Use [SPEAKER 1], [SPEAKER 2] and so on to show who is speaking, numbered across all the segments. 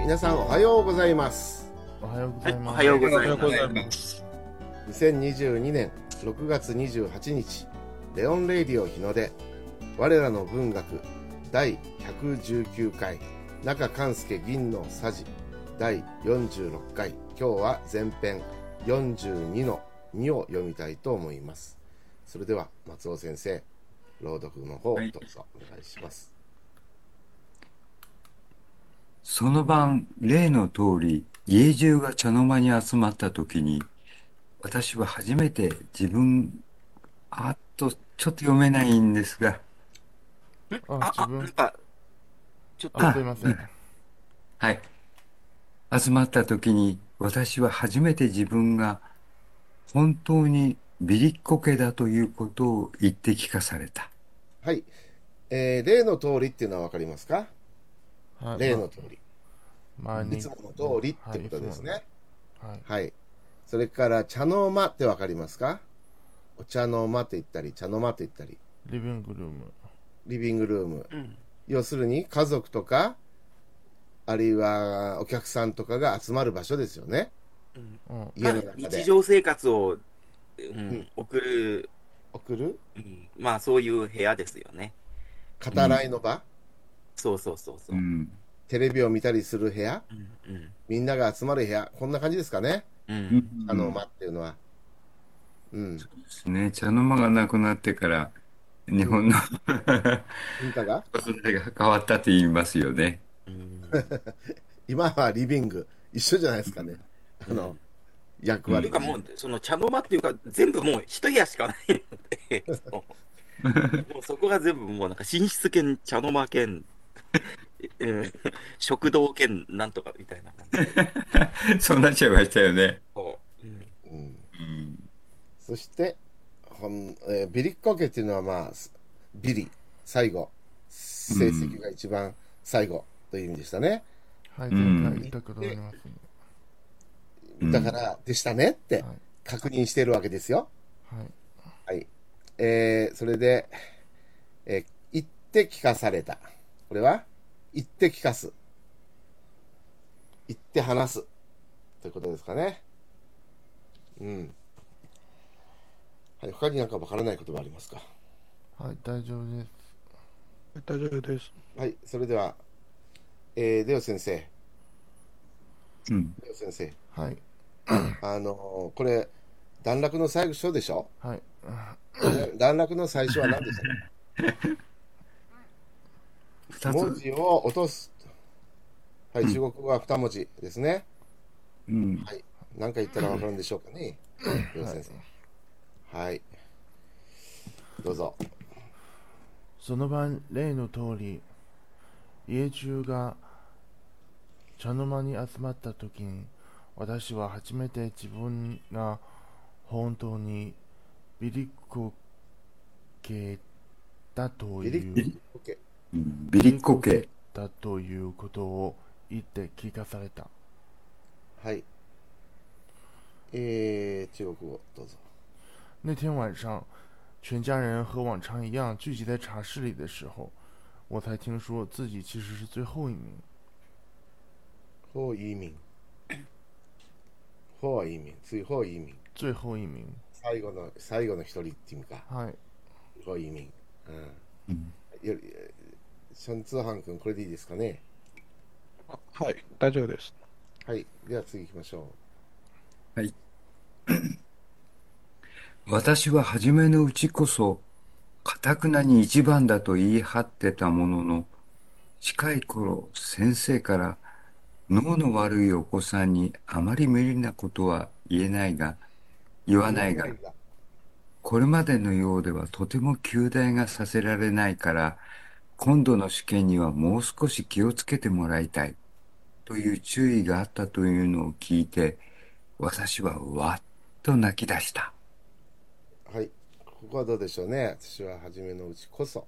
[SPEAKER 1] 皆さんおはようございます
[SPEAKER 2] おはようございます。
[SPEAKER 3] はいおはようございます
[SPEAKER 2] おはようございます。
[SPEAKER 1] 2022年6月28日レオンレイディオ日の出我らの文学第119回中勘介銀のさじ第46回今日は前編42の2を読みたいと思いますそれでは松尾先生朗読の方どう
[SPEAKER 3] はい
[SPEAKER 1] ぞお願いします、
[SPEAKER 4] その晩、例の通り、家中が茶の間に集まった時に、私は初めて自分、あっと、ちょっと読めないんですが、
[SPEAKER 2] あ
[SPEAKER 3] あ、、
[SPEAKER 2] 自
[SPEAKER 3] あ、なん
[SPEAKER 2] 分、
[SPEAKER 3] か、ちょっと、
[SPEAKER 2] あ、すいません。
[SPEAKER 4] はい。集まった時に、私は初めて自分が、本当にビリッコ家だということを言って聞かされた。
[SPEAKER 1] はい、えー例の通りっていうのは分かりますか
[SPEAKER 2] はい
[SPEAKER 1] 例の通り
[SPEAKER 2] まあ
[SPEAKER 1] いつもの通りってことです。
[SPEAKER 2] は
[SPEAKER 1] ね。
[SPEAKER 2] いはい
[SPEAKER 1] はい。それから、茶の間ってわかりますかお茶の間って言ったり、茶の間って言ったり、
[SPEAKER 2] リビングルーム。
[SPEAKER 1] リビングルーム。
[SPEAKER 3] うん。
[SPEAKER 1] 要するに、家族とか、あるいはお客さんとかが集まる場所ですよね。
[SPEAKER 3] うん
[SPEAKER 2] うん。
[SPEAKER 1] 家の
[SPEAKER 3] まあ
[SPEAKER 1] 中
[SPEAKER 3] 日
[SPEAKER 1] で。
[SPEAKER 3] 常生活を、うん
[SPEAKER 1] ん
[SPEAKER 3] 送る、
[SPEAKER 1] 送る
[SPEAKER 3] うんまあそういう部屋ですよね。
[SPEAKER 1] 語らいの場、
[SPEAKER 3] そうそうそうそうう。
[SPEAKER 4] ん。
[SPEAKER 1] テレビを見たりする部屋
[SPEAKER 3] うんうん
[SPEAKER 1] みんなが集まる部屋こんな感じですかね
[SPEAKER 3] う
[SPEAKER 4] うんん
[SPEAKER 1] 茶の間っていうのは。うん。
[SPEAKER 4] ね、茶の間がなくなってから、日本の
[SPEAKER 1] 文化が
[SPEAKER 4] 子育てが変わったと言いますよね。
[SPEAKER 3] うん
[SPEAKER 1] 今はリビング。一緒じゃないですかね。あの、役
[SPEAKER 3] とい
[SPEAKER 1] 割
[SPEAKER 3] うか
[SPEAKER 1] が。
[SPEAKER 3] もう、その茶の間っていうか、全部もう一部屋しかないの で、そうもうそこが全部もうなんか寝室兼、茶の間兼、 うん食堂兼、なんとかみたいな感じで。
[SPEAKER 4] そうなっちゃいましたよね。
[SPEAKER 3] こううん
[SPEAKER 1] うん
[SPEAKER 4] うん。
[SPEAKER 1] そして、ほんえービリッコ家っていうのは、まあ、すビリ、最後、成績が一番最後という意味でしたね。
[SPEAKER 2] はい、
[SPEAKER 4] うん
[SPEAKER 2] 前回言ったことありますね。
[SPEAKER 4] うん
[SPEAKER 1] だから、でしたねって
[SPEAKER 2] はい
[SPEAKER 1] 確認してるわけですよ。
[SPEAKER 2] はい。
[SPEAKER 1] はい。えー、それで、えー言って聞かされた。これは、言って聞かす。言って話す。ということですかね。うん。はい、他になんかわからない言葉ありますか
[SPEAKER 2] はい、大丈夫です。
[SPEAKER 5] 大丈夫です。
[SPEAKER 1] はい、それでは、えー、レオ先生、
[SPEAKER 4] うん。
[SPEAKER 1] レオ先生、
[SPEAKER 2] はい。
[SPEAKER 1] あのーこれ、段落の最初でしょ
[SPEAKER 2] はい。
[SPEAKER 1] 段落の最初は何でした
[SPEAKER 4] 二
[SPEAKER 1] か文
[SPEAKER 4] つ。
[SPEAKER 1] 字を落とす。はい、中国語は二文字ですね。
[SPEAKER 4] うん。
[SPEAKER 1] 何か言ったらわかるんでしょうかね、レオ先生。はい。どうぞ。
[SPEAKER 2] その晩、例の通り、家中が茶の間に集まった時に、私は初めて自分が本当にビリッコ系だと
[SPEAKER 1] ビリ
[SPEAKER 2] いう
[SPEAKER 1] ッ、OK。
[SPEAKER 4] うんビリッコ系。
[SPEAKER 2] だということを言って聞かされた。
[SPEAKER 1] はい。えー、中国語、どうぞ。
[SPEAKER 2] 那天晚上，全家人和往常一样聚集在茶室里的时候，我才听说自己其实是最后一名。
[SPEAKER 1] 方移民。方移民。次、方移民。
[SPEAKER 2] 最后一名，
[SPEAKER 1] 最後の、最後の一人って意味か。
[SPEAKER 2] 嗨，
[SPEAKER 1] ご移民。う
[SPEAKER 4] うんん。
[SPEAKER 1] より、えーシャンツーハン君、これでいいですかね。
[SPEAKER 5] はい、大丈夫です。
[SPEAKER 1] はい。では次行きましょ
[SPEAKER 4] 私は初めのうちこそ、かたくなに一番だと言い張ってたものの、近い頃、先生から、脳の悪いお子さんにあまり無理なことは言えないが、言
[SPEAKER 1] う。
[SPEAKER 4] わないが
[SPEAKER 1] 言、わ
[SPEAKER 4] これまでのようではとても及第がさせられないから、今度の試験にはもう少し気をつけてもらいたい、という注意があったというのを聞いて、私はわっと泣き出した。
[SPEAKER 1] がはい。ここはどうでしょうね。私は初めのうちこそ。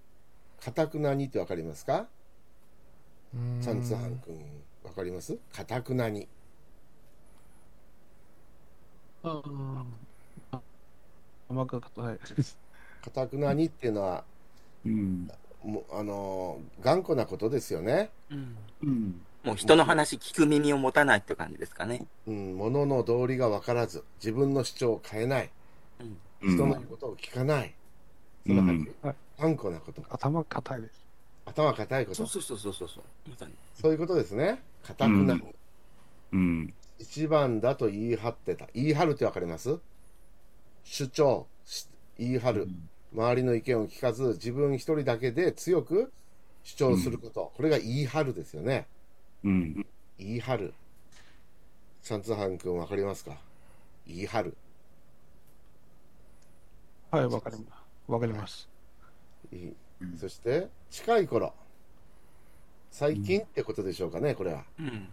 [SPEAKER 1] かたくなにってわかりますか
[SPEAKER 2] 嗯
[SPEAKER 1] シャンツーハン君、わかりますかたくなに。
[SPEAKER 5] うん。あ、甘かった。はい。
[SPEAKER 1] かたくなにっていうのは、
[SPEAKER 4] うん。
[SPEAKER 1] もうあのー、頑固なことですよね。
[SPEAKER 3] うん
[SPEAKER 4] うん。
[SPEAKER 3] もう人の話聞く耳を持たないって感じですかね。
[SPEAKER 1] うん、物の道理が分からず、自分の主張を変えない、
[SPEAKER 4] うん
[SPEAKER 1] 人の言うことを聞かない、
[SPEAKER 4] うん
[SPEAKER 1] そんな感じ
[SPEAKER 5] はい。
[SPEAKER 1] 頑固なこと、
[SPEAKER 5] 頭硬いです。
[SPEAKER 1] 頭固いこと、
[SPEAKER 3] そう
[SPEAKER 1] そ
[SPEAKER 3] そうそうそうそう。まさに。
[SPEAKER 1] ういうことですね。固くなる。
[SPEAKER 4] ううん。
[SPEAKER 1] 一番だと言い張ってた。言い張るって分かります主張し、言い張る。周りの意見を聞かず、自分一人だけで強く主張すること。これが言い張るですよね。
[SPEAKER 4] うん。
[SPEAKER 1] 言い張る。シャンツーハン君分かりますか言い張る。
[SPEAKER 5] はい、わかります。わかります。
[SPEAKER 1] いい
[SPEAKER 4] うん
[SPEAKER 1] そして、近い頃。最近ってことでしょうかね、これは。
[SPEAKER 3] うん。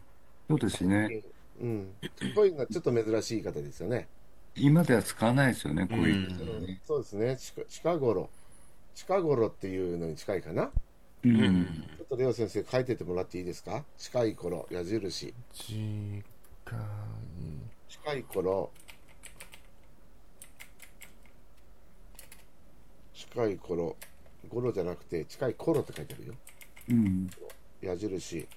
[SPEAKER 4] そうですね。
[SPEAKER 1] うん。こういうのはちょっと珍しい言い方ですよね。
[SPEAKER 4] 今では使わないですよね、こういうのね。
[SPEAKER 1] そうですね。近近頃。近頃っていうのに近いかな。
[SPEAKER 4] う
[SPEAKER 3] うんん。
[SPEAKER 1] ちょっとレオ先生書いてってもらっていいですか近い頃、矢印。
[SPEAKER 2] 近い
[SPEAKER 1] 近い頃。近い頃。頃じゃなくて、近い頃って書いてあるよ。
[SPEAKER 4] うん。
[SPEAKER 1] 矢印。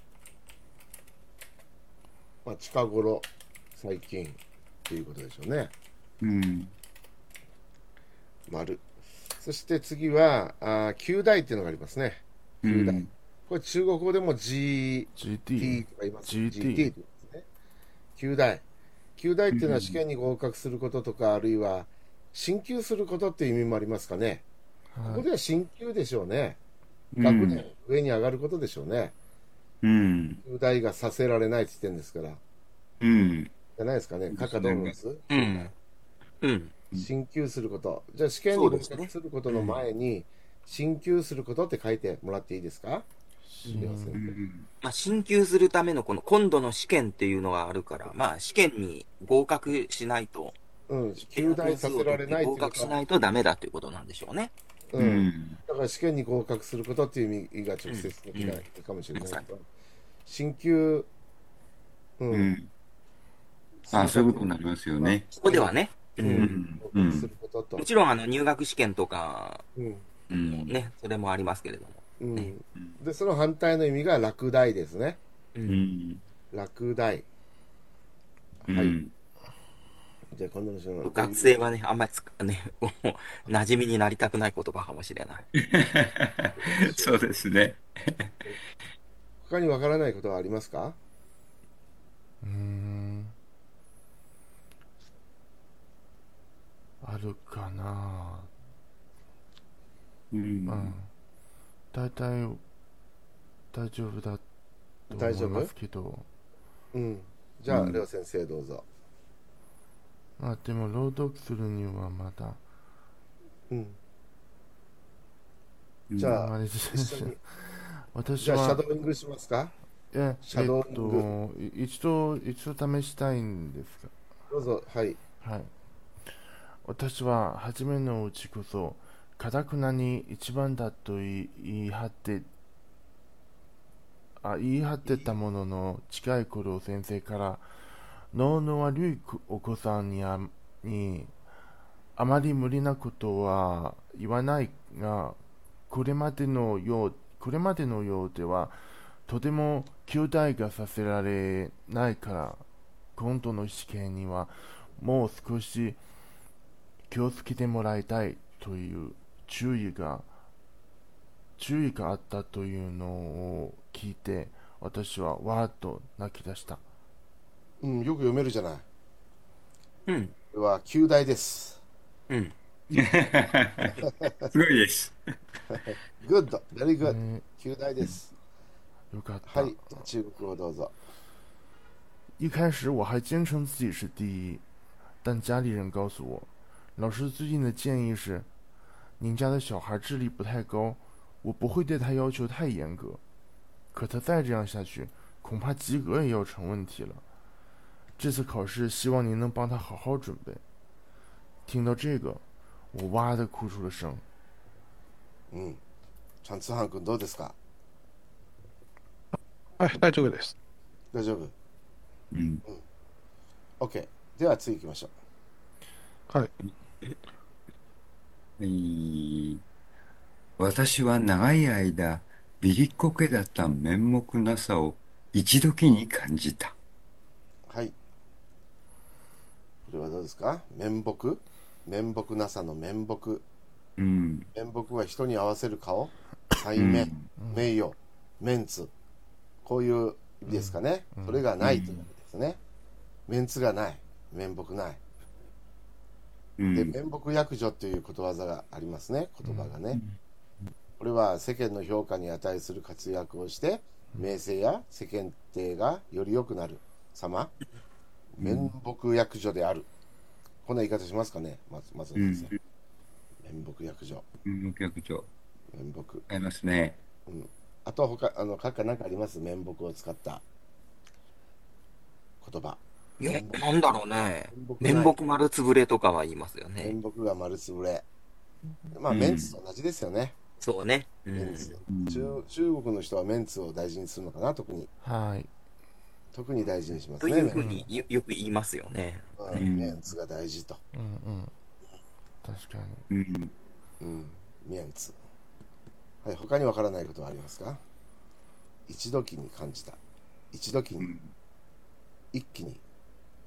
[SPEAKER 1] まあ、近頃、最近っていうことでしょうね。
[SPEAKER 4] うん。
[SPEAKER 1] 丸。そして次は、あー旧大っていうのがありますね。
[SPEAKER 4] う
[SPEAKER 1] 旧大。
[SPEAKER 4] ん。
[SPEAKER 1] これ中国語でも G、T
[SPEAKER 2] GT
[SPEAKER 1] とか言います。
[SPEAKER 2] GT
[SPEAKER 1] GT とかですね。旧大。旧大っていうのは試験に合格することとか、あるいは、進級することっていう意味もありますかね。こ
[SPEAKER 2] は
[SPEAKER 1] こ
[SPEAKER 2] い
[SPEAKER 1] では進級でしょうね。
[SPEAKER 4] うん
[SPEAKER 1] 学年上に上がることでしょうね。
[SPEAKER 4] うん。
[SPEAKER 1] 旧大がさせられないって言ってるんですから。
[SPEAKER 4] うん。
[SPEAKER 1] じゃないですかね。カカどう思います
[SPEAKER 3] うん。うん。
[SPEAKER 1] 進級すること。じゃあ試験に合格することの前に、進級することって書いてもらっていいですか、レオ先生
[SPEAKER 2] 進
[SPEAKER 3] まあ、進級するためのこの今度の試験っていうのがあるから、まあ、試験に合格しないと、
[SPEAKER 1] うん、休大させられないってい
[SPEAKER 3] 合
[SPEAKER 1] うか
[SPEAKER 3] 格しないとダメだということなんでしょうね。
[SPEAKER 1] う、
[SPEAKER 4] うんん。
[SPEAKER 1] だから試験に合格することっていう意味が直接的な
[SPEAKER 3] うん
[SPEAKER 1] かもしれないけ
[SPEAKER 3] まさ
[SPEAKER 1] ど、進級、うん、
[SPEAKER 4] うん。あ、そういうことになりますよね。
[SPEAKER 3] ここではね、
[SPEAKER 1] う
[SPEAKER 3] うん
[SPEAKER 4] ん、
[SPEAKER 1] 合格することと
[SPEAKER 3] も、ちろんあの入学試験とか、
[SPEAKER 1] うん、
[SPEAKER 4] うん。
[SPEAKER 3] ね、それもありますけれども。
[SPEAKER 1] うん、で、その反対の意味が落第ですね。
[SPEAKER 3] う
[SPEAKER 4] う。ん。
[SPEAKER 1] 落第。
[SPEAKER 4] うん。
[SPEAKER 1] はい。じゃあ、今度の人の。
[SPEAKER 3] 学生はね、あんまりつかね、 もう馴染みになりたくない言葉かもしれない。
[SPEAKER 4] そうですね。
[SPEAKER 1] 他にわからないことはありますか
[SPEAKER 2] うーんあるかな
[SPEAKER 4] う
[SPEAKER 2] うんん。大体大丈夫だと
[SPEAKER 1] 大丈
[SPEAKER 2] 思い
[SPEAKER 1] 夫
[SPEAKER 2] ますけど
[SPEAKER 1] うん。じゃあ、
[SPEAKER 4] うん
[SPEAKER 1] レオ先生どうぞ。
[SPEAKER 2] まあでも朗読するにはまだ
[SPEAKER 1] うん。じゃあ
[SPEAKER 2] あまり自
[SPEAKER 1] 一緒
[SPEAKER 2] 信
[SPEAKER 1] に
[SPEAKER 2] ない私
[SPEAKER 1] じゃあ、シャ
[SPEAKER 2] は
[SPEAKER 1] ドーイングしますか
[SPEAKER 2] え
[SPEAKER 1] シャドーイング
[SPEAKER 2] えっとい一度一度試したいんですが
[SPEAKER 1] どうぞ、はい。
[SPEAKER 2] はい。私は初めのうちこそ、かたくなに一番だと言い言い張って、あ、言い張ってたものの、近い頃先生から、脳の悪いお子さんにあに、あまり無理なことは言わないが、これまでのよう、これまでのようでは、とても休題がさせられないから、今度の試験にはもう少し気をつけてもらいたいという注意が注意があったというのを聞いて私はわーっと泣き出した
[SPEAKER 1] うん、よく読めるじゃない。
[SPEAKER 3] うん。
[SPEAKER 1] これは、旧大です。
[SPEAKER 3] うん。
[SPEAKER 4] すごいです。
[SPEAKER 1] グッド、very
[SPEAKER 2] え
[SPEAKER 1] good。旧大です。
[SPEAKER 2] よかった、
[SPEAKER 1] はい、じゃあ中国語どうぞ。
[SPEAKER 2] 一开始我还坚称自己是第一，但家里人告诉我，老师最近的建议是，您家的小孩智力不太高，我不会对他要求太严格。可他再这样下去，恐怕及格也要成问题了。这次考试希望您能帮他好好准备。听到这个，我哇的哭出了声。
[SPEAKER 1] うん。チャンツーハン君どうですか
[SPEAKER 5] はい、大丈夫です。
[SPEAKER 1] 大丈夫
[SPEAKER 4] うん。
[SPEAKER 1] ?OK。では次行きましょ
[SPEAKER 5] はい。
[SPEAKER 4] はい私は長い間、ビリッコケだった面目なさを一時に感じた。
[SPEAKER 1] はい。これはどうですか面目面目なさの面目。
[SPEAKER 4] うん。
[SPEAKER 1] 面目は人に合わせる顔、背面、名誉、メンツ。こういう意味ですかね。それがないというわけですね。メンツがない。面目ない。
[SPEAKER 4] う
[SPEAKER 1] で、
[SPEAKER 4] ん。
[SPEAKER 1] 面目役所ということわざがありますね、言葉がね。これは世間の評価に値する活躍をして、名声や世間体がより良くなる様、面目役所である。こんな言い方しますかね、松松尾先生。面目役所、
[SPEAKER 4] うん、局長。
[SPEAKER 1] 面目。
[SPEAKER 4] ありますね。
[SPEAKER 1] あとは他、あの、閣下なんかあります面目を使った言葉。
[SPEAKER 3] いや、なんだろうね。
[SPEAKER 1] 面目
[SPEAKER 3] 面
[SPEAKER 1] ない
[SPEAKER 3] 目丸つぶれとかは言いますよね。
[SPEAKER 1] 面目が丸つぶれ。まあ、
[SPEAKER 4] うん
[SPEAKER 1] メンツと同じですよね。
[SPEAKER 3] そうね。う
[SPEAKER 1] メン
[SPEAKER 3] ん。
[SPEAKER 1] ツ
[SPEAKER 4] うん
[SPEAKER 1] 中中国の人はメンツを大事にするのかな特に
[SPEAKER 2] はい。
[SPEAKER 1] 特に大事にします
[SPEAKER 3] と
[SPEAKER 1] ね
[SPEAKER 3] いうふうによよく言いますよね。
[SPEAKER 1] うん
[SPEAKER 4] うん
[SPEAKER 1] メンツが大事と、
[SPEAKER 2] うんうん。確かに。
[SPEAKER 4] うん。
[SPEAKER 1] うん、メンツはい他にわからないことはありますか一度きに感じた一度きに、
[SPEAKER 4] ん
[SPEAKER 1] 一気に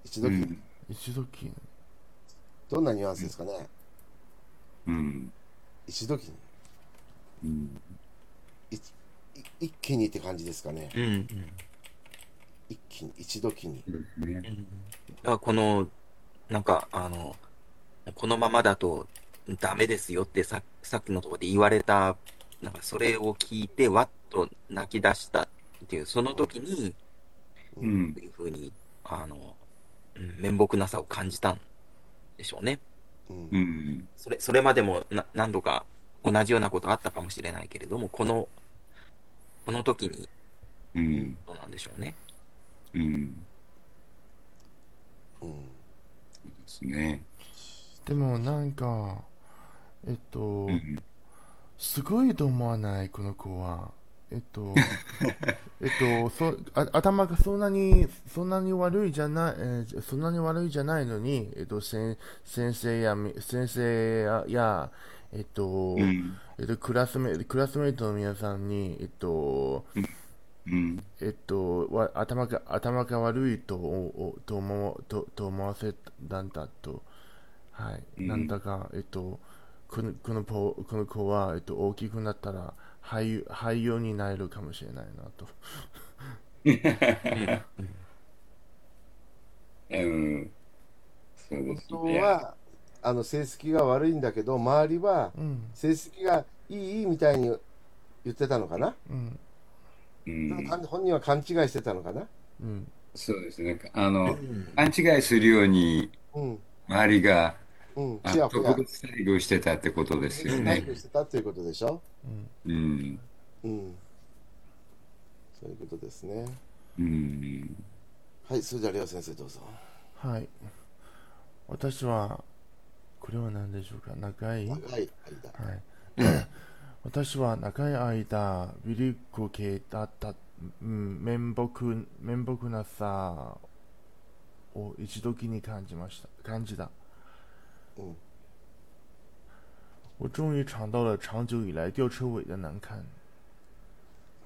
[SPEAKER 1] 一
[SPEAKER 4] う
[SPEAKER 1] 度きに、
[SPEAKER 4] ん。
[SPEAKER 2] 一度き、
[SPEAKER 1] どんなニュアンスですかね、
[SPEAKER 4] うん。
[SPEAKER 1] 一度きに
[SPEAKER 4] うん。
[SPEAKER 1] いい一気にって感じですかね
[SPEAKER 3] うん。
[SPEAKER 1] 一気に一度きに
[SPEAKER 4] そうですね
[SPEAKER 3] う。んあこの、なんか、あの、このままだとダメですよってささっきのところで言われた、なんかそれを聞いて、わっと泣き出したっていう、その時に、
[SPEAKER 4] うん
[SPEAKER 3] と。いうふうに、あの、うん面目なさを感じたんでしょうね。
[SPEAKER 1] うん
[SPEAKER 4] うん。
[SPEAKER 3] それ、それまでもな何度か同じようなことあったかもしれないけれども、この、この時に、
[SPEAKER 4] うん。
[SPEAKER 3] どうなんでしょうね。
[SPEAKER 4] うん。
[SPEAKER 1] うん
[SPEAKER 4] ですね。
[SPEAKER 2] でもなんか、えっと
[SPEAKER 4] う、ん。
[SPEAKER 2] すごいと思わない、この子は。えっ と、えっと、そあ頭がそんなに、そんなに悪いじゃない、えーそんなに悪いじゃないのに、えっと、せん先生やみ、先生や、やえっと、
[SPEAKER 4] うん。
[SPEAKER 2] えっと、クラスメ、クラスメイトの皆さんに、えっと、
[SPEAKER 4] うん。
[SPEAKER 2] えっと、わ頭が頭が悪いとおおと思うとと思わせたんだと、はい
[SPEAKER 4] うん
[SPEAKER 2] なんだか、えっと、このこの子この子は、えっと、大きくなったら俳優俳優になれるかもしれないなと。
[SPEAKER 4] うん。そうで
[SPEAKER 1] 本
[SPEAKER 4] す
[SPEAKER 1] 当
[SPEAKER 4] ね。
[SPEAKER 1] はあの成績が悪いんだけど周りは
[SPEAKER 2] うん
[SPEAKER 1] 成績がいいみたいに言ってたのかな、
[SPEAKER 2] うん
[SPEAKER 4] うん。
[SPEAKER 1] 本人は勘違いしてたのかな、
[SPEAKER 2] うん
[SPEAKER 4] そうですね。あの
[SPEAKER 3] う、ん
[SPEAKER 4] 勘違いするように、
[SPEAKER 1] うん
[SPEAKER 4] 周りが、
[SPEAKER 1] うん、
[SPEAKER 4] あ
[SPEAKER 1] ちやほや
[SPEAKER 4] 特別待遇してたってことですよ
[SPEAKER 1] ナイ
[SPEAKER 4] ね。
[SPEAKER 1] フしてたということでしょ、
[SPEAKER 2] うん
[SPEAKER 4] うん。
[SPEAKER 1] うん、そういうことですね
[SPEAKER 4] うん。
[SPEAKER 1] はいそれではレオ先生どうぞ
[SPEAKER 2] はい私はこれは何でしょうか長い
[SPEAKER 1] 長い間
[SPEAKER 2] はい、私は長い間、ビリコ系だった、うん、面目面目なさを一時に感じました感じた。
[SPEAKER 1] うん
[SPEAKER 2] 我终于尝到了长久以来吊车尾的难堪。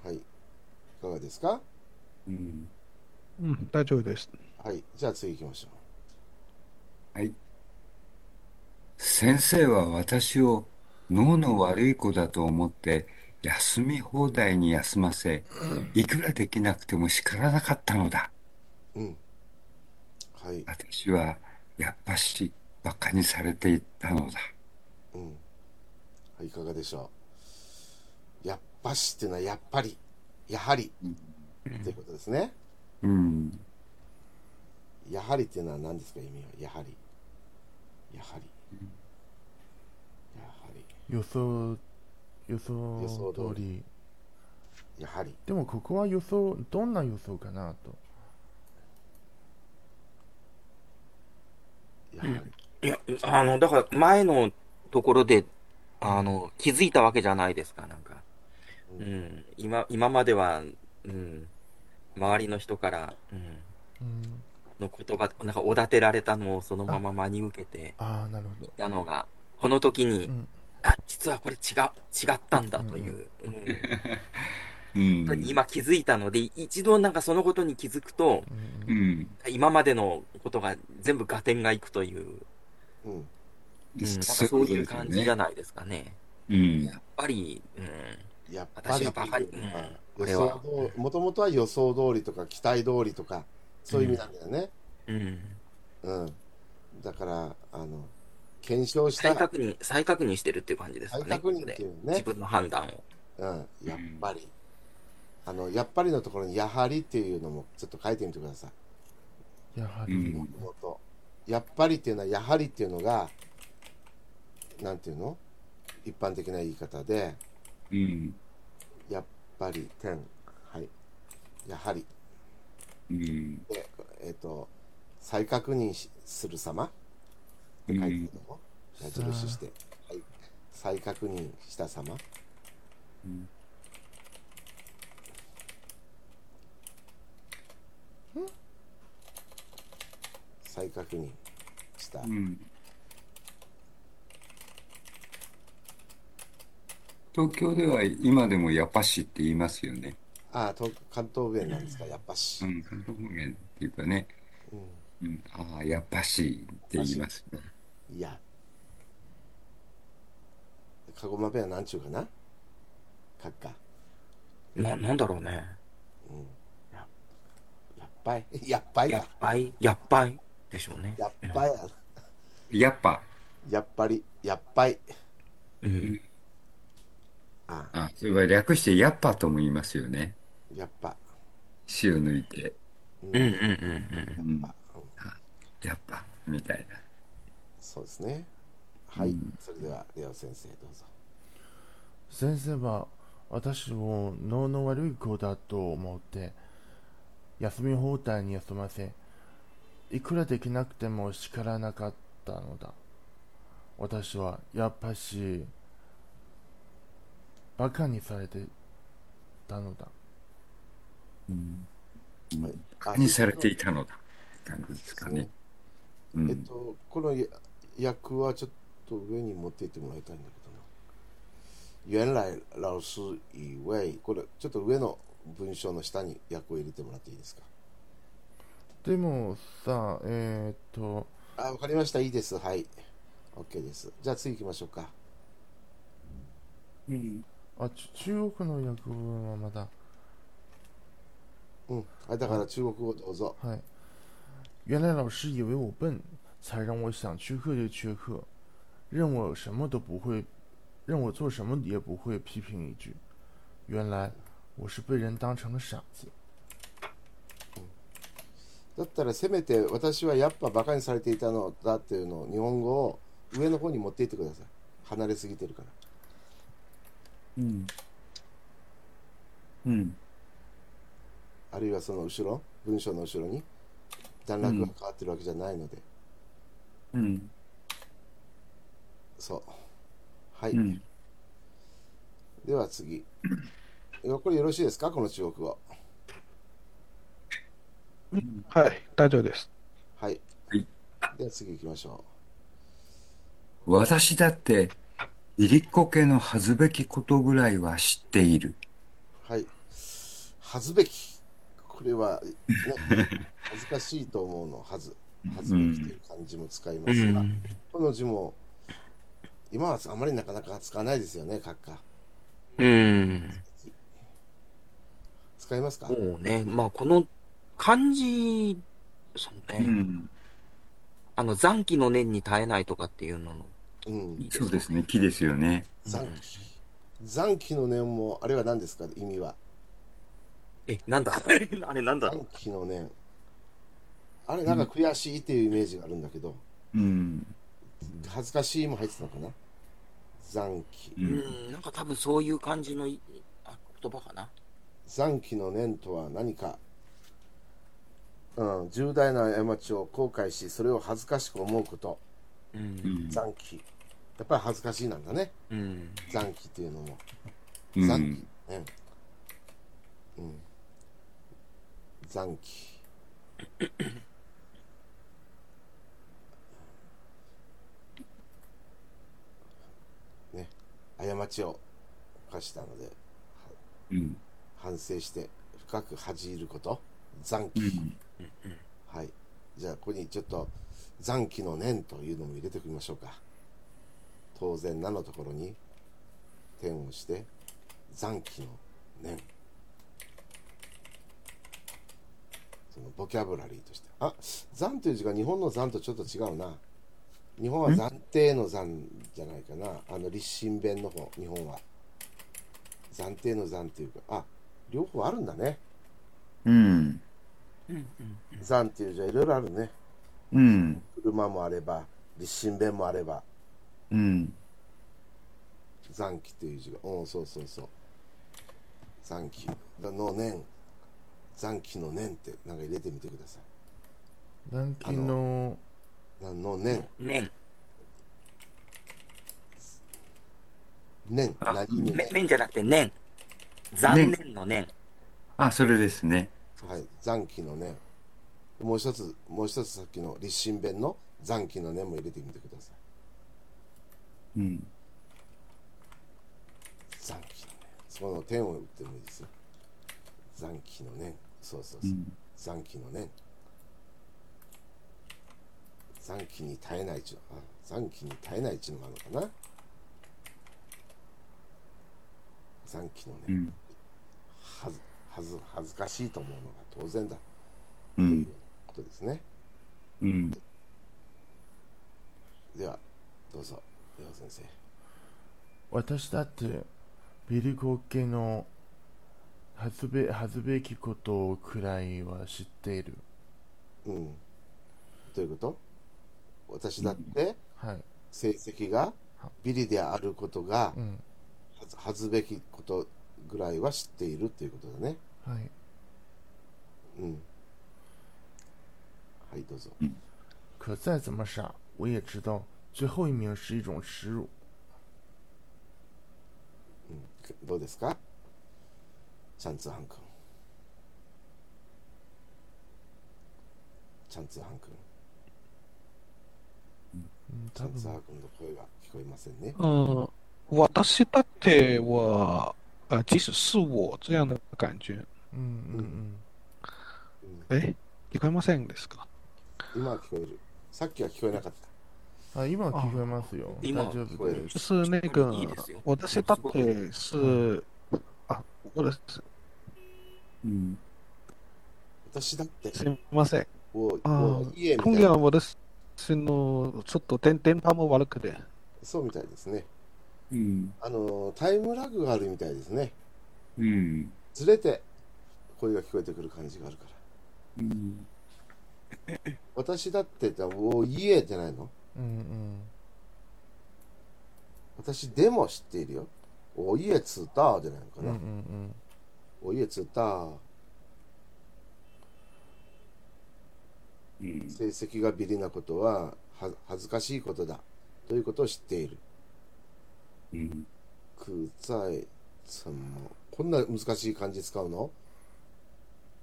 [SPEAKER 1] はいいかがですか
[SPEAKER 4] うん。
[SPEAKER 5] うん、大丈夫です。
[SPEAKER 1] はいじゃあ次行きましょ
[SPEAKER 4] 先生は私を脳の悪い子だと思って休み放題に休ませ、いくらできなくても叱らなかったのだ。
[SPEAKER 1] ううんはい
[SPEAKER 4] 私はやっぱし馬鹿にされていたのだ。
[SPEAKER 1] うんはいいかがでしょうやっぱしっていうのはやっぱりやはりっていうことですね
[SPEAKER 4] うん。
[SPEAKER 1] やはりっていうのは何ですか意味はやはりやはりやはり
[SPEAKER 2] 予想予
[SPEAKER 1] 予
[SPEAKER 2] 想
[SPEAKER 1] 想通り
[SPEAKER 2] 通り。
[SPEAKER 1] やはり
[SPEAKER 2] でもここは予想どんな予想かなと。
[SPEAKER 1] やはり
[SPEAKER 3] いや、あの、だから前のところで、あの、気づいたわけじゃないですか、なんか。
[SPEAKER 1] う
[SPEAKER 3] うんん。今、今までは、うん。周りの人から、うん。
[SPEAKER 2] うん、
[SPEAKER 3] の言葉、なんかおだてられたのをそのまま真に受けて
[SPEAKER 2] ああなるほど。
[SPEAKER 3] いたのが、この時に、
[SPEAKER 2] うん
[SPEAKER 3] あ、実はこれ違う、違ったんだという。うん
[SPEAKER 4] うん。
[SPEAKER 3] 今気づいたので、一度なんかそのことに気づくと、
[SPEAKER 2] うん
[SPEAKER 4] うん。
[SPEAKER 3] 今までのことが全部合点がいくという、
[SPEAKER 1] うん。
[SPEAKER 3] うんなんか
[SPEAKER 4] そ
[SPEAKER 3] そういう
[SPEAKER 4] こと
[SPEAKER 3] 感
[SPEAKER 4] です
[SPEAKER 3] じ
[SPEAKER 4] よ
[SPEAKER 3] じゃないですかね。
[SPEAKER 4] うん
[SPEAKER 3] や。っぱり、うん、
[SPEAKER 1] やっぱ
[SPEAKER 3] 私
[SPEAKER 1] り
[SPEAKER 3] がバカに、うん、こ
[SPEAKER 1] 予
[SPEAKER 3] れは
[SPEAKER 1] 想、通り、もともとは予想通りとか期待通りとか、そういう意味なんだよね。
[SPEAKER 3] うん、
[SPEAKER 1] うん。だから、あの、検証した
[SPEAKER 3] 再確認、再確認してるっていう感じですか
[SPEAKER 1] 再
[SPEAKER 3] ね。
[SPEAKER 1] 確認ってい
[SPEAKER 3] こ
[SPEAKER 1] う
[SPEAKER 3] こで自
[SPEAKER 1] ね。
[SPEAKER 3] 分の判断を。
[SPEAKER 1] うん。やっぱり。あの、やっぱりのところに、やはりっていうのも、ちょっと書いてみてください。
[SPEAKER 2] やは
[SPEAKER 4] う
[SPEAKER 2] り
[SPEAKER 4] ん。
[SPEAKER 1] もとやっぱりっていうのはやはりっていうのがなんていうの一般的な言い方で
[SPEAKER 4] うん。
[SPEAKER 1] やっぱり点はいやはり
[SPEAKER 4] うん。
[SPEAKER 1] でえっ、と再確認しする様って書いてるのも、矢印して、はい、再確認した様
[SPEAKER 4] うん
[SPEAKER 1] 再確認した、
[SPEAKER 4] うん東京では今でもやっぱしって言いますよね。
[SPEAKER 1] ああと関東弁なんですかやっぱし、
[SPEAKER 4] うん。関東方言っていうかね。
[SPEAKER 1] うん
[SPEAKER 4] うん。ああ、やっぱしって言いますね。
[SPEAKER 1] いや。カゴマペアなんちゅうかなカッカ。
[SPEAKER 3] な、なんだろうね。
[SPEAKER 1] うん。ややっばい。やっばい
[SPEAKER 3] や
[SPEAKER 1] か
[SPEAKER 3] っ。ぱり、やっぱりでしょうね。
[SPEAKER 1] やっばいや。
[SPEAKER 4] やっぱ。
[SPEAKER 1] やっぱり、やっばい。
[SPEAKER 3] うん。
[SPEAKER 1] ああ
[SPEAKER 4] あ、それは略してやっぱとも言いますよね。
[SPEAKER 1] やっぱ。
[SPEAKER 4] 死を抜いて、
[SPEAKER 1] うん
[SPEAKER 3] うんうん
[SPEAKER 1] やっ
[SPEAKER 3] うん
[SPEAKER 1] ぱ、
[SPEAKER 4] う
[SPEAKER 1] うんん
[SPEAKER 4] やっぱ、みたいな。
[SPEAKER 1] そうですね。はい。
[SPEAKER 4] うん
[SPEAKER 1] それでは、レオ先生、どうぞ。
[SPEAKER 2] 先生は私を脳の悪い子だと思って休み放題に休ませいくらできなくても叱らなかったのだ私はやっぱしバカにされてたのだ
[SPEAKER 4] うん。
[SPEAKER 1] はい
[SPEAKER 4] バカにされていたのだ。って感じですかね。う
[SPEAKER 1] えっ
[SPEAKER 4] ん。
[SPEAKER 1] と、このや役はちょっと上に持っていってもらいたいんだけどな。原来老師以外、これちょっと上の文章の下に役を入れてもらっていいですか。
[SPEAKER 2] でもさえーっと
[SPEAKER 1] あ、わかりました。いいです。はい。OK です。じゃあ次行きましょうか。
[SPEAKER 4] うん。
[SPEAKER 2] あち中国の訳文はまだ
[SPEAKER 1] うん。あだから中国語どうぞ。
[SPEAKER 2] 嗨，原来老师以为我笨，才让我想缺课就缺课，任我什么都不会，任我做什么也不会批评一句。原来我是被人当成了傻子。
[SPEAKER 1] だったらせめて私はやっぱ馬鹿にされていたのだっていうのを日本語を上の方に持っていってください。離れすぎてるから。
[SPEAKER 4] うん。うん。
[SPEAKER 1] あるいはその後ろ、文章の後ろに段落が変わってるわけじゃないので。
[SPEAKER 4] うん。
[SPEAKER 1] そう。はい。
[SPEAKER 4] うん。
[SPEAKER 1] では次。これよろしいですかこの中国語。
[SPEAKER 5] はい、大丈夫です。
[SPEAKER 1] はい。
[SPEAKER 4] はい
[SPEAKER 1] では次行きましょ
[SPEAKER 4] 私だって、いりっこ家の恥ずべきことぐらいは知っている。
[SPEAKER 1] う。はい。恥ずべき。これは、 ね、恥ずかしいと思うの、はず。恥ずべきという漢字も使いま
[SPEAKER 3] う
[SPEAKER 1] すが、
[SPEAKER 3] ん。
[SPEAKER 1] この字も、今はあまりなかなか使わないですよね、閣下。
[SPEAKER 3] うん。
[SPEAKER 1] 使いますか、
[SPEAKER 3] そうね。まあ、この漢字、そうね。
[SPEAKER 4] ん。
[SPEAKER 3] あの、残機の念に耐えないとかっていうのの。
[SPEAKER 1] うん、
[SPEAKER 4] そうですね。木ですよね。
[SPEAKER 1] 残機。残機の念も、あれは何ですか意味は。
[SPEAKER 3] え、な んだあれなんだ
[SPEAKER 1] 残機の念。あれ、なんか悔しいっていうイメージがあるんだけど、
[SPEAKER 4] うん。
[SPEAKER 1] 恥ずかしいも入ってたのかな残機。
[SPEAKER 4] う。
[SPEAKER 3] うんん、なんか多分そういう感じのいあ言葉かな。
[SPEAKER 1] 残機の念とは何か、うん、重大な過ちを後悔し、それを恥ずかしく思うこと。
[SPEAKER 3] う。
[SPEAKER 4] うんん。
[SPEAKER 1] 残機。やっぱり恥ずかしいなんだね。
[SPEAKER 3] うん。
[SPEAKER 1] 残機っていうのも。
[SPEAKER 4] うん
[SPEAKER 1] 残機。うん。うん。残機。 ね。過ちを犯したので、
[SPEAKER 4] うん。
[SPEAKER 1] 反省して深く恥じること残
[SPEAKER 4] う
[SPEAKER 1] 機、
[SPEAKER 4] ん
[SPEAKER 1] はいじゃあここにちょっと残機の念というのも入れておきましょうか当然なのところに点をして残機の念そのボキャブラリーとしてあ残という字が日本の残とちょっと違うな日本は暫定の残じゃないかなあの立身弁の方日本は暫定の残というかあ両方あるんだね
[SPEAKER 4] うん
[SPEAKER 1] 残っていう字はいろいろあるね
[SPEAKER 4] うん
[SPEAKER 1] 車もあれば立身弁もあれば
[SPEAKER 4] うん
[SPEAKER 1] 残機という字がうんそうそうそう残機の念残機の念ってなんか入れてみてくださ
[SPEAKER 2] 残機の
[SPEAKER 1] いなの念
[SPEAKER 3] ね
[SPEAKER 1] 念
[SPEAKER 4] あ
[SPEAKER 1] 何に
[SPEAKER 3] ん。め、めんじゃなくて、ねん。残念のねん。
[SPEAKER 4] あそれですね
[SPEAKER 1] はい残機の念もう一つもう一つさっきの立身弁の残機の念も入れてみてください
[SPEAKER 4] うん
[SPEAKER 1] 残機の念そこの点を打ってもいいですよ残機の念そうそう
[SPEAKER 4] う
[SPEAKER 1] そう、
[SPEAKER 4] ん
[SPEAKER 1] 残機の念残機に耐えないちゅうあ残機に耐えないちゅうのがあるのかな残機の
[SPEAKER 4] う
[SPEAKER 1] 念
[SPEAKER 4] ん
[SPEAKER 1] はずはず恥ずかしいと思うのが当然だ
[SPEAKER 4] う
[SPEAKER 1] というんことですね、
[SPEAKER 4] うん
[SPEAKER 1] ではどうぞ岩尾先生
[SPEAKER 2] 私だってビリコ家の恥ずべ恥ずべきことくらいは知っている
[SPEAKER 1] うんどういうこと私だって
[SPEAKER 2] はい
[SPEAKER 1] 成績がビリであることが
[SPEAKER 2] うん
[SPEAKER 1] はず恥ずべきことぐらいは知っているということだね
[SPEAKER 2] はい
[SPEAKER 1] うんはいどうぞ
[SPEAKER 2] 可再怎么傻，我也知道最后一名是一种耻辱。
[SPEAKER 1] うんどうですかチャンツーハン君チャンツーハン君
[SPEAKER 2] 嗯，
[SPEAKER 1] チ
[SPEAKER 2] 他
[SPEAKER 1] ャン
[SPEAKER 2] 们
[SPEAKER 1] ツーハン君の声が聞こえませんね
[SPEAKER 5] 嗯，私だっては、呃，即使是我这样的感觉，
[SPEAKER 2] 嗯嗯嗯，
[SPEAKER 5] え、聞こえませんですか？
[SPEAKER 1] 今は聞こえるさっきは聞こえなかった
[SPEAKER 2] 啊，今聞こえますよ。
[SPEAKER 3] 今
[SPEAKER 2] 大丈夫
[SPEAKER 1] 聞こえ
[SPEAKER 2] で
[SPEAKER 1] る
[SPEAKER 2] す。
[SPEAKER 5] 就是那个
[SPEAKER 3] いいですよ，
[SPEAKER 5] 私だって是あ、私
[SPEAKER 4] うん
[SPEAKER 1] 私だって
[SPEAKER 5] すみません。
[SPEAKER 1] お
[SPEAKER 5] あー
[SPEAKER 1] おいいえみた
[SPEAKER 5] 今
[SPEAKER 1] いな
[SPEAKER 5] 夜私のちょっと電電波も悪くて、
[SPEAKER 1] そうみたいですね
[SPEAKER 4] うん
[SPEAKER 1] あのータイムラグがあるみたいですね
[SPEAKER 4] うん
[SPEAKER 1] ずれて声が聞こえてくる感じがあるから
[SPEAKER 4] うん
[SPEAKER 1] 私だってっておいいえじゃないの
[SPEAKER 2] 嗯嗯，
[SPEAKER 1] 私でも知っているよおいえつーたーじゃないのか
[SPEAKER 2] 嗯
[SPEAKER 1] な、
[SPEAKER 2] 嗯嗯，
[SPEAKER 1] 我也知道
[SPEAKER 4] うん
[SPEAKER 1] 成績がビリなことはは恥ずかしいことだということを知っている。
[SPEAKER 4] うん
[SPEAKER 1] くざいつもこんな難しい漢字使うの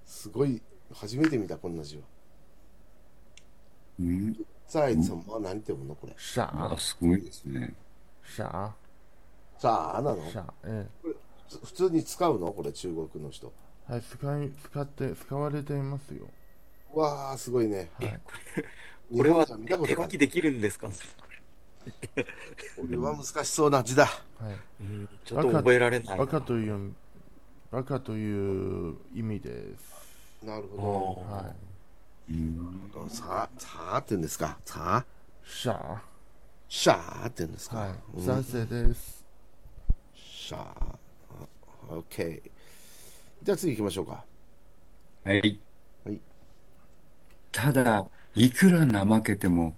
[SPEAKER 1] すごい初めて見たこんな字は。
[SPEAKER 4] うん
[SPEAKER 1] ざいつもは何て読むのこれ。
[SPEAKER 2] 傻
[SPEAKER 4] あすごいですね
[SPEAKER 2] 傻
[SPEAKER 1] ざあなの
[SPEAKER 2] 傻，嗯，
[SPEAKER 1] ふ普通に使うのこれ中国の人。
[SPEAKER 2] はい、使い使って使われていますよ。
[SPEAKER 1] わあすごいね。
[SPEAKER 2] はい。
[SPEAKER 1] 日
[SPEAKER 3] これ
[SPEAKER 1] 本
[SPEAKER 3] は
[SPEAKER 1] じゃ見たこ
[SPEAKER 3] 手
[SPEAKER 1] とな
[SPEAKER 3] 書
[SPEAKER 1] い
[SPEAKER 3] き。できるんですか
[SPEAKER 1] これは難しそうな字だ。
[SPEAKER 2] はい。
[SPEAKER 3] うんちょっと覚えられないな。
[SPEAKER 2] バカというバカという意味です。
[SPEAKER 1] なるほ
[SPEAKER 3] あ
[SPEAKER 2] はい。
[SPEAKER 4] うん
[SPEAKER 1] ど。さあ、さあって言うんですか。さあ、
[SPEAKER 2] 傻
[SPEAKER 1] しゃあって言うんですか。
[SPEAKER 2] はい。
[SPEAKER 1] うん
[SPEAKER 2] 賛成です。
[SPEAKER 1] しゃあ、OK。じゃあ次行きましょうか。
[SPEAKER 4] はい。
[SPEAKER 1] はい
[SPEAKER 4] ただ、いくら怠けても、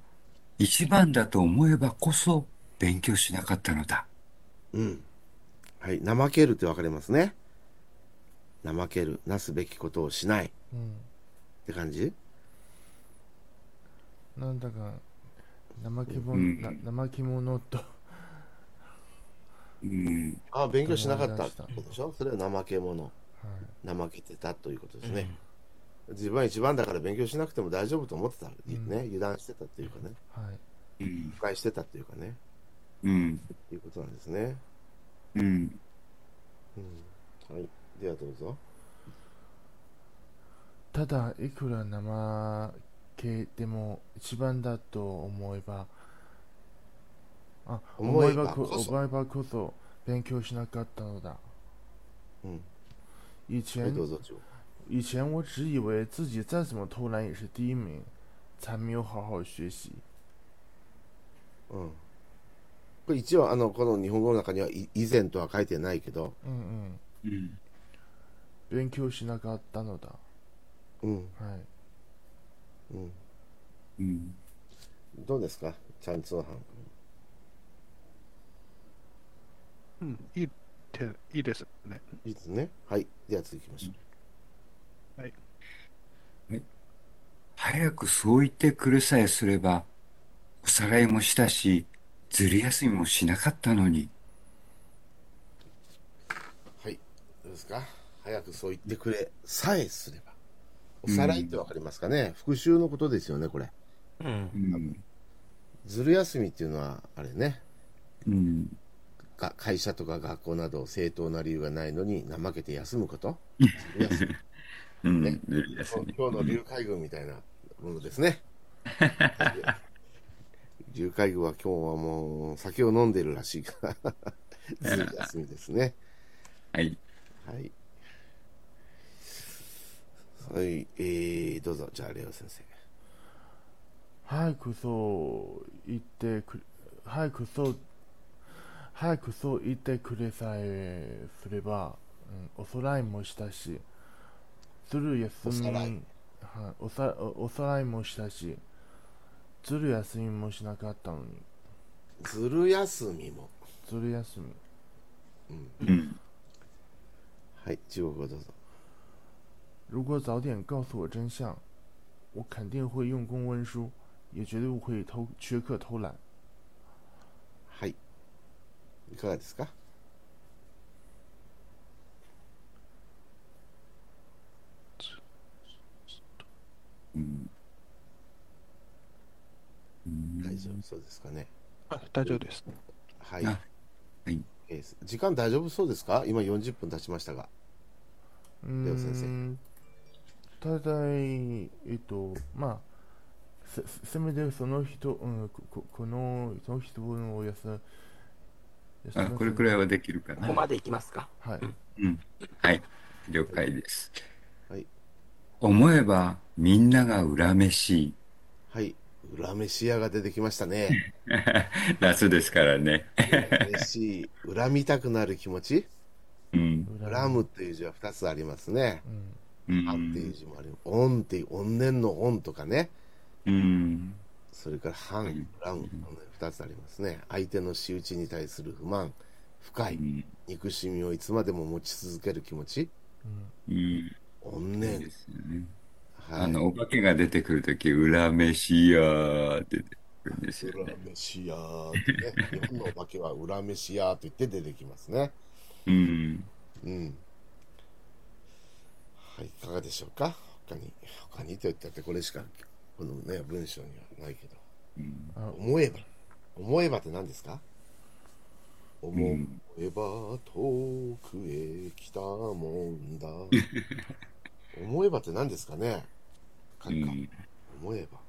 [SPEAKER 4] 一番だと思えばこそ勉強しなかったのだ。
[SPEAKER 1] うん。はい。怠けるって分かれますね。怠ける。なすべきことをしない。っ
[SPEAKER 2] うん。
[SPEAKER 1] て感じ
[SPEAKER 2] なんだか怠け
[SPEAKER 4] う
[SPEAKER 2] 者
[SPEAKER 4] ん
[SPEAKER 2] な怠け者と
[SPEAKER 4] うん。
[SPEAKER 1] ああ、勉強しなかった
[SPEAKER 2] わ
[SPEAKER 1] っ
[SPEAKER 2] かりましてた
[SPEAKER 1] ことでしょそれは怠け者。
[SPEAKER 2] はい。
[SPEAKER 1] 怠けてたということですね。自分は一番だから勉強しなくても大丈夫と思ってた。ね。油断してたっていうかね。
[SPEAKER 2] はい。
[SPEAKER 4] うん。
[SPEAKER 1] 誤解してたっていうかね。
[SPEAKER 4] うん。
[SPEAKER 1] いうことなんですね。
[SPEAKER 4] うん。
[SPEAKER 1] うん。はい。ではどうぞ。
[SPEAKER 2] ただいくら生系でも一番だと思えばあ
[SPEAKER 1] 思
[SPEAKER 2] 思
[SPEAKER 1] え
[SPEAKER 2] え
[SPEAKER 1] ば
[SPEAKER 2] ばこ
[SPEAKER 1] こそ
[SPEAKER 2] 思えばこそ勉強しなかったのだ
[SPEAKER 1] うん。
[SPEAKER 2] 以
[SPEAKER 1] はい、
[SPEAKER 2] 前
[SPEAKER 1] どうぞ、中央
[SPEAKER 2] 以前我只以为自己再怎么偷懒也是第一名，才没有好好学习。
[SPEAKER 1] うん。これ一応、あの、この日本語の中には、い以前とは書いてないけど、
[SPEAKER 2] 嗯嗯，
[SPEAKER 4] うん。
[SPEAKER 2] 勉強しなかったのだ。
[SPEAKER 1] うん、
[SPEAKER 2] はい。
[SPEAKER 1] うん。
[SPEAKER 4] うん。
[SPEAKER 1] どうですかチャン・ツーハン。
[SPEAKER 5] うん、いいて、いいですね。
[SPEAKER 1] いいですね。はい。では続きましょ
[SPEAKER 4] 早くそう言ってくれさえすれば、おさらいもしたし、ずる休みもしなかったのに。
[SPEAKER 1] う。はい。どうですか早くそう言ってくれさえすれば。おさらいってわかりますかね、復習のことですよね、これ。
[SPEAKER 3] うん
[SPEAKER 4] う。ん。
[SPEAKER 1] ずる休みっていうのは、あれね、
[SPEAKER 4] うん。
[SPEAKER 1] が会社とか学校など正当な理由がないのに怠けて休むこと。
[SPEAKER 4] うん。
[SPEAKER 1] ね
[SPEAKER 4] ずる休み。
[SPEAKER 1] 今日の竜海軍みたいなものですね。竜海軍は今日はもう酒を飲んでるらしいから、 ずる休みですね。
[SPEAKER 4] はい。
[SPEAKER 1] はい。はい、えー、どうぞ、じゃあ、レオ先生。
[SPEAKER 2] 早くそう言ってくれ、早くそう、早くそう言ってくれさえすれば、うん、おさらいもしたし、ずる休み、
[SPEAKER 1] おさらい
[SPEAKER 2] はい、おさおおさらいもしたし、ずる休みもしなかったのに、
[SPEAKER 1] ずる休みも。
[SPEAKER 2] ずる休み。
[SPEAKER 4] うん。
[SPEAKER 1] はい、中国語どうぞ。
[SPEAKER 2] 如果早点告诉我真相，我肯定会用功温书，也绝对不会偷缺课偷懒。
[SPEAKER 1] はい。いかがですか
[SPEAKER 4] うん。うん
[SPEAKER 1] 大丈夫そうですかね。
[SPEAKER 5] あ大丈夫です。
[SPEAKER 1] はい。
[SPEAKER 4] あはい
[SPEAKER 1] えー時間大丈夫そうですか今40分経ちましたが。
[SPEAKER 2] う
[SPEAKER 1] オ先生
[SPEAKER 2] ーんただい嗯えっとまあせせめてその人、うん、こここのその人をやす休ま
[SPEAKER 4] あ、
[SPEAKER 2] せ
[SPEAKER 4] これくらいはできるか
[SPEAKER 3] こ
[SPEAKER 4] な
[SPEAKER 3] こ。まで行きますか
[SPEAKER 2] はい
[SPEAKER 4] うん。はい。了解です。
[SPEAKER 1] はい。
[SPEAKER 4] 思えば、みんなが恨めしい。
[SPEAKER 1] はい。裏飯屋が出てきました ね。
[SPEAKER 4] 夏ですからね。
[SPEAKER 1] 嬉しい。恨みたくなる気持ち。
[SPEAKER 4] うん。
[SPEAKER 1] 恨むっていう字は2つありますね。
[SPEAKER 2] うん
[SPEAKER 4] う
[SPEAKER 1] あんってい
[SPEAKER 4] ん。
[SPEAKER 1] う字もあります。おんっていう、怨念のおんとかね。
[SPEAKER 4] うん。
[SPEAKER 1] それから反、乱、この二つありますね。相手の仕打ちに対する不満、深
[SPEAKER 4] う
[SPEAKER 1] い、
[SPEAKER 4] ん。
[SPEAKER 1] 憎しみをいつまでも持ち続ける気持ち、
[SPEAKER 4] うん。
[SPEAKER 1] 怨
[SPEAKER 4] そう
[SPEAKER 1] 念
[SPEAKER 4] で。すよね。
[SPEAKER 1] はい。
[SPEAKER 4] あの、お化けが出てくるとき、裏飯屋ーって出てくるんですよね
[SPEAKER 1] 裏。飯屋ーってね。日本のお化けは裏飯屋ーと言って出てきますね。
[SPEAKER 4] うん。
[SPEAKER 1] うん。はい、いかがでしょうか他に、他にと言ったってこれしか、このね、文章にはないけど。
[SPEAKER 4] うん。
[SPEAKER 2] あ
[SPEAKER 1] 思えば。思えばって何ですか
[SPEAKER 4] う
[SPEAKER 1] 思
[SPEAKER 4] ん
[SPEAKER 1] えば遠くへ来たもんだ。思えばって何ですかねか
[SPEAKER 4] う
[SPEAKER 1] っか
[SPEAKER 4] ん
[SPEAKER 1] 思えば。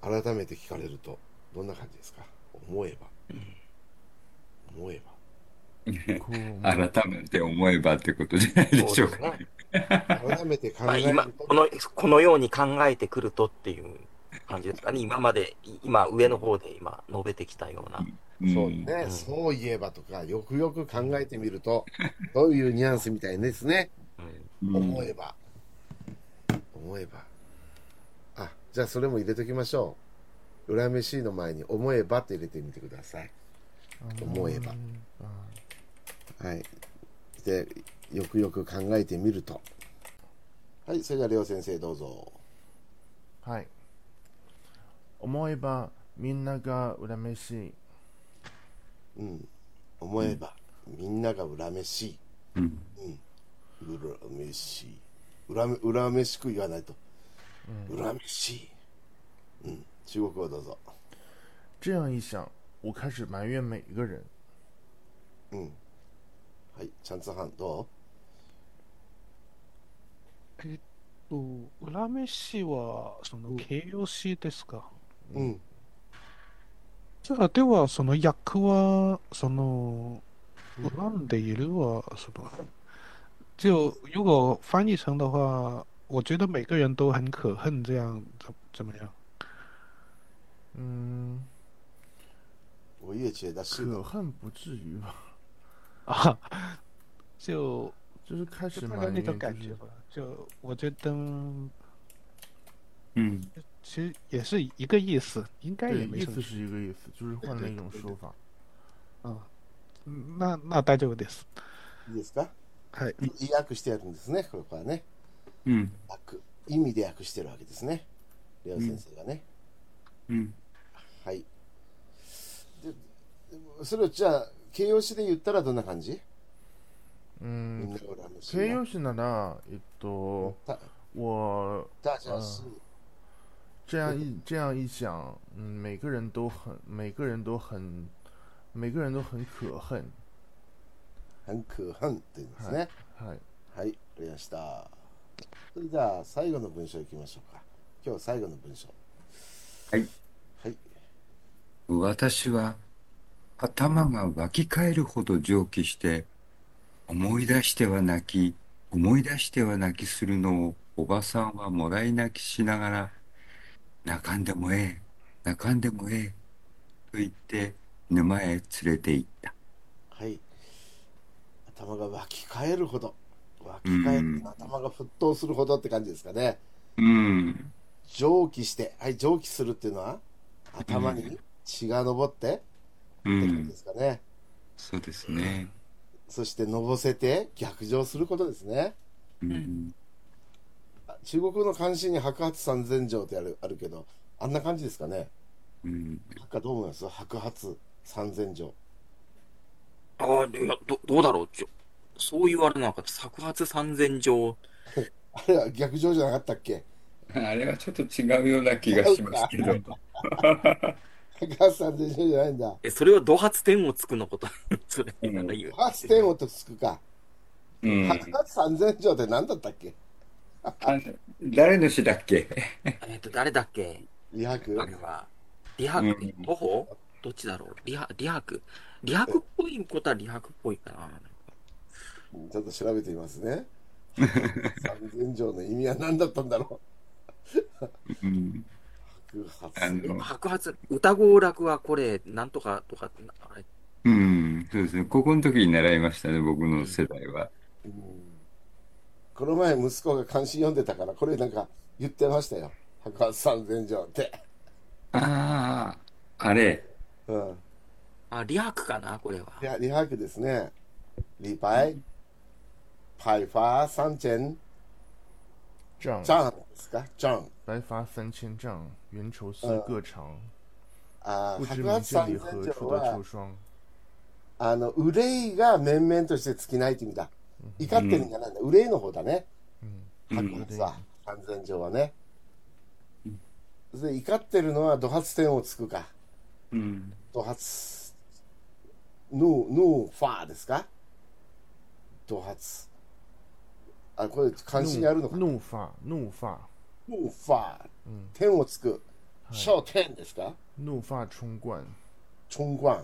[SPEAKER 1] 改めて聞かれると、どんな感じですか思えば。思えば。
[SPEAKER 2] こうまあ
[SPEAKER 4] 改めて思えばってことじゃないでしょうか。
[SPEAKER 1] 改めて考
[SPEAKER 3] まあ、
[SPEAKER 1] える
[SPEAKER 3] 今
[SPEAKER 1] と
[SPEAKER 3] こ、の、このように考えてくるとっていう感じですかね。今まで、い今、上の方で今、述べてきたような。
[SPEAKER 1] そう
[SPEAKER 4] うん
[SPEAKER 1] ね、そういえばとか、よくよく考えてみると、どういうニュアンスみたいですね。
[SPEAKER 3] うん
[SPEAKER 4] うん
[SPEAKER 1] 思えば、思えばあじゃあそれも入れときましょう恨めしいの前に「思えば」って入れてみてください思えば
[SPEAKER 2] あ
[SPEAKER 1] はいでよくよく考えてみるとはいそれではレオ先生どうぞ
[SPEAKER 2] はい思えばみんなが恨めしい
[SPEAKER 1] うん思えば、みんなが恨めしい
[SPEAKER 4] うん
[SPEAKER 1] 恨めしい恨め恨めしく言わないと、恨めしいうん中国語どうぞ
[SPEAKER 2] 这样一想我开始埋怨每一个人
[SPEAKER 1] はいチャンツーハンどう
[SPEAKER 5] と、浦飯は、その形容詞ですか。
[SPEAKER 1] うん。
[SPEAKER 5] じゃあ、では、その役は、その、恨んでいるは、什么？就如果翻译成的话，我觉得每个人都很可恨，这样怎怎么样？
[SPEAKER 2] 嗯，
[SPEAKER 1] 我也觉得是
[SPEAKER 2] 可
[SPEAKER 1] 的。
[SPEAKER 2] 恨不至于吧，
[SPEAKER 5] 啊，就
[SPEAKER 2] 就是开
[SPEAKER 5] 就
[SPEAKER 2] 始埋
[SPEAKER 5] 大概那
[SPEAKER 2] 怨，
[SPEAKER 5] 种感
[SPEAKER 2] 就
[SPEAKER 5] 觉
[SPEAKER 2] 是
[SPEAKER 5] 吧。就我觉得
[SPEAKER 4] うん。
[SPEAKER 5] 其实也是一个意思，应该
[SPEAKER 2] 对，
[SPEAKER 5] 也没
[SPEAKER 2] 意
[SPEAKER 5] 什么
[SPEAKER 2] 思是一个意思，就是换了一种说法。
[SPEAKER 5] 啊。嗯那那大丈夫です。
[SPEAKER 1] いいですか
[SPEAKER 5] はい。
[SPEAKER 1] 訳してやるんですね、これからね。
[SPEAKER 4] うん。
[SPEAKER 1] 訳。意味で訳してるわけですね。レオ先生がね。
[SPEAKER 4] うん。
[SPEAKER 1] はい。で、でそれをじゃあ、形容詞で言ったらどんな感じみん
[SPEAKER 2] 嗯
[SPEAKER 1] な、俺話
[SPEAKER 2] 形容詞なら、えっと、
[SPEAKER 1] た、
[SPEAKER 2] 我
[SPEAKER 1] たじゃあし、
[SPEAKER 2] 这样一这样一想，嗯，每个人都很，每个人都很，每个人都很可恨。
[SPEAKER 1] ハンクハンって言うんですね。
[SPEAKER 2] はい。
[SPEAKER 1] はい、わかりました。それでは最後の文章いきましょうか。今日最後の文章。
[SPEAKER 4] はい。
[SPEAKER 1] はい。
[SPEAKER 4] 私は頭が湧き返るほど蒸気して、思い出しては泣き、思い出しては泣きするのをおばさんはもらい泣きしながら、泣かんでもええ、泣かんでもええ、と言って沼へ連れて行った。
[SPEAKER 1] はい。頭が湧き返るほど。湧き返って
[SPEAKER 4] うん
[SPEAKER 1] 頭が沸騰するほどって感じですかね。
[SPEAKER 4] うん。
[SPEAKER 1] 蒸気して、はい、蒸気するっていうのは頭に血が昇ってって
[SPEAKER 4] う
[SPEAKER 1] 感じ
[SPEAKER 4] ん
[SPEAKER 1] で。すかね。
[SPEAKER 4] そうですね。
[SPEAKER 1] そして、のぼせて逆上することですね。
[SPEAKER 4] うん。
[SPEAKER 1] あ中国の漢詩に白髪三千丈ってあるあるけど、あんな感じですかね。
[SPEAKER 4] うん。
[SPEAKER 1] なんかどう思います白髪三千丈。
[SPEAKER 3] ああ、いや、ど、どうだろう。ちょそう言われなかった。作発三千条。
[SPEAKER 1] あれは逆上じゃなかったっけ
[SPEAKER 4] あれはちょっと違うような気がしますけど。
[SPEAKER 1] 白髪三千丈じゃないんだ。
[SPEAKER 3] え、それは土発点をつくのこと。それ、なんか言う。
[SPEAKER 1] 発点をとつくか。
[SPEAKER 4] うん。
[SPEAKER 1] 白髪三千丈って何だったっけ
[SPEAKER 4] あ誰の詩だっけ
[SPEAKER 3] えっと、誰だっけ
[SPEAKER 1] 李白
[SPEAKER 3] あれは。李白
[SPEAKER 4] うん、
[SPEAKER 3] 徒歩どっちだろう李白、李白。李白っぽいことは李白っぽいかな。
[SPEAKER 1] ちょっと調べてみます ね。三千丈の意味は何だったんだろ
[SPEAKER 4] うん。
[SPEAKER 1] う白
[SPEAKER 4] あ
[SPEAKER 1] 髪。
[SPEAKER 4] の、
[SPEAKER 3] 白髪、歌合楽はこれ、なんとかとか、あれ、
[SPEAKER 4] うん、そうですね。高校の時に習いましたね、僕の世代は。
[SPEAKER 1] この前息子が関心読んでたからこれなんか言ってましたよ白髪三千条って、
[SPEAKER 4] ああ、あれ。
[SPEAKER 1] うん、
[SPEAKER 3] あ、李白かなこれは。
[SPEAKER 1] リハリハクですねリパイパイファー三千
[SPEAKER 2] 这样
[SPEAKER 1] ジャンですかジャン
[SPEAKER 2] 白发三千丈，缘愁思各长。
[SPEAKER 1] あ
[SPEAKER 2] 呃啊不
[SPEAKER 1] ー白
[SPEAKER 2] 知名
[SPEAKER 1] 髪
[SPEAKER 2] 之
[SPEAKER 1] 三
[SPEAKER 2] 理
[SPEAKER 1] 千
[SPEAKER 2] 何
[SPEAKER 1] 条
[SPEAKER 2] 处得
[SPEAKER 1] は
[SPEAKER 2] 秋霜。
[SPEAKER 1] あの憂いが面々として尽きないって意味だ怒ってるんじゃないんだ、憂いの方だね
[SPEAKER 2] 嗯，
[SPEAKER 1] 白髪は、三千条はねで怒ってるのは土発点をつくか
[SPEAKER 4] うん。
[SPEAKER 1] ドハツ、ヌー、ヌーファーですかドハツ。あ、これ、関心あるのか。ヌ
[SPEAKER 2] 怒发，怒发，
[SPEAKER 1] ーファー。
[SPEAKER 2] 嗯，
[SPEAKER 1] 天をつく。
[SPEAKER 2] い
[SPEAKER 1] 小天ですか
[SPEAKER 2] 怒发冲冠。
[SPEAKER 1] チョングワン
[SPEAKER 2] い。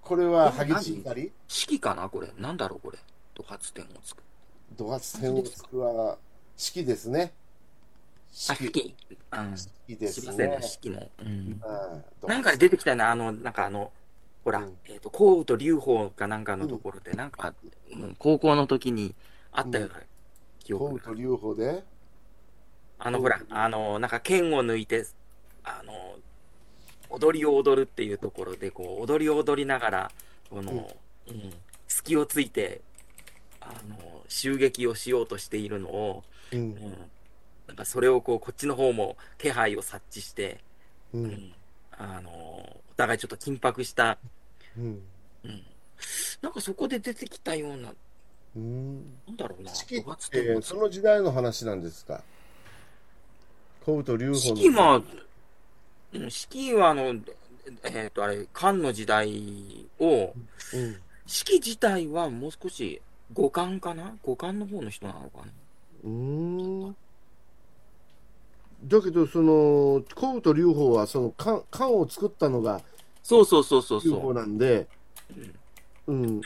[SPEAKER 1] これは、
[SPEAKER 3] これ何
[SPEAKER 1] 激しい怒り
[SPEAKER 3] 式かなこれ。なんだろうこれ。土発点をつく。
[SPEAKER 1] ドハツ天をつくは、式ですね。
[SPEAKER 3] あ、
[SPEAKER 1] 式。
[SPEAKER 3] 式。うん。
[SPEAKER 1] 式です
[SPEAKER 3] いま
[SPEAKER 1] す
[SPEAKER 3] せん
[SPEAKER 1] ね
[SPEAKER 3] ね、。式の。うん。
[SPEAKER 1] うんド
[SPEAKER 3] な
[SPEAKER 1] ハ
[SPEAKER 3] んか
[SPEAKER 1] ツ
[SPEAKER 3] 出てきたよね、あの、なんかあの、ほら、
[SPEAKER 1] うん
[SPEAKER 3] えっ、と、幸と龍鳳かなんかのところで、なんか、うん高校の時にあったような記
[SPEAKER 1] コ
[SPEAKER 3] 憶
[SPEAKER 1] ウ
[SPEAKER 3] が、
[SPEAKER 1] と流法で、
[SPEAKER 3] あの、ほら、あの、なんか剣を抜いて、あの、踊りを踊るっていうところで、こう、踊りを踊りながら、この、うん、隙をついて、あの、襲撃をしようとしているのを、
[SPEAKER 1] う
[SPEAKER 3] うんん、なんかそれをこう、こっちの方も気配を察知して、
[SPEAKER 1] う
[SPEAKER 3] うんん、あの、お互いちょっと緊迫した、
[SPEAKER 1] うん
[SPEAKER 3] うんなんかそこで出てきたような、
[SPEAKER 1] うん
[SPEAKER 3] なんだろうな。
[SPEAKER 1] 式っ
[SPEAKER 3] 五月
[SPEAKER 1] て
[SPEAKER 3] 天
[SPEAKER 1] そ
[SPEAKER 3] 皇
[SPEAKER 1] の時代の話なんですかコウと劉邦
[SPEAKER 3] 式は、うん式はあの、えっ、と、あれ、漢の時代を、式自体はもう少し五漢かな五漢の方の人なのかな
[SPEAKER 1] ううーん。だけど、その、甲と龍鵬は、その、缶、缶を作ったのが
[SPEAKER 3] そうそうそうそう
[SPEAKER 1] 龍
[SPEAKER 3] そ
[SPEAKER 1] 鵬なんで、うん。
[SPEAKER 3] う。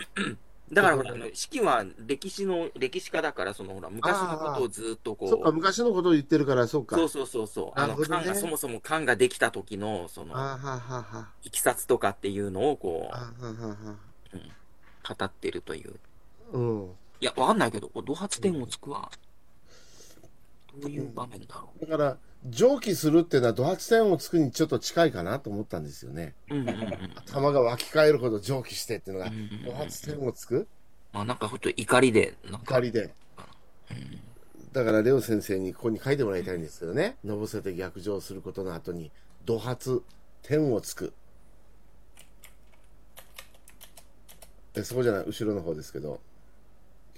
[SPEAKER 3] だからほら、あの四季は歴史の、歴史家だから、そのほら、昔のことをずっとこう。
[SPEAKER 1] そっか、昔のことを言ってるから、そっか。
[SPEAKER 3] そうそうそうそう。あ
[SPEAKER 1] な
[SPEAKER 3] の、
[SPEAKER 1] るほどね
[SPEAKER 3] 缶が、そもそも缶ができた時の、その、
[SPEAKER 1] あーはーはーはい
[SPEAKER 3] きさつとかっていうのをこ
[SPEAKER 1] あーはーはーは
[SPEAKER 3] う、語ってるという。
[SPEAKER 1] ーうん。
[SPEAKER 3] いや、わかんないけど、これド発点をつくわ。どういう場面だろ
[SPEAKER 1] だから、蒸気するっていうのは、ド発点をつくにちょっと近いかなと思ったんですよね。
[SPEAKER 3] う。うんうんうん。
[SPEAKER 1] 玉が湧き返るほど蒸気してっていうのが
[SPEAKER 3] うん、うんう
[SPEAKER 1] ド
[SPEAKER 3] ん
[SPEAKER 1] 発点をつく
[SPEAKER 3] まあなんかほんと怒りで、なんか、
[SPEAKER 1] 仮で。だから、レオ先生にここに書いてもらいたいんですけどね。のぼせて逆上することの後に、土発、天をつく。え、そこじゃない、後ろの方ですけど、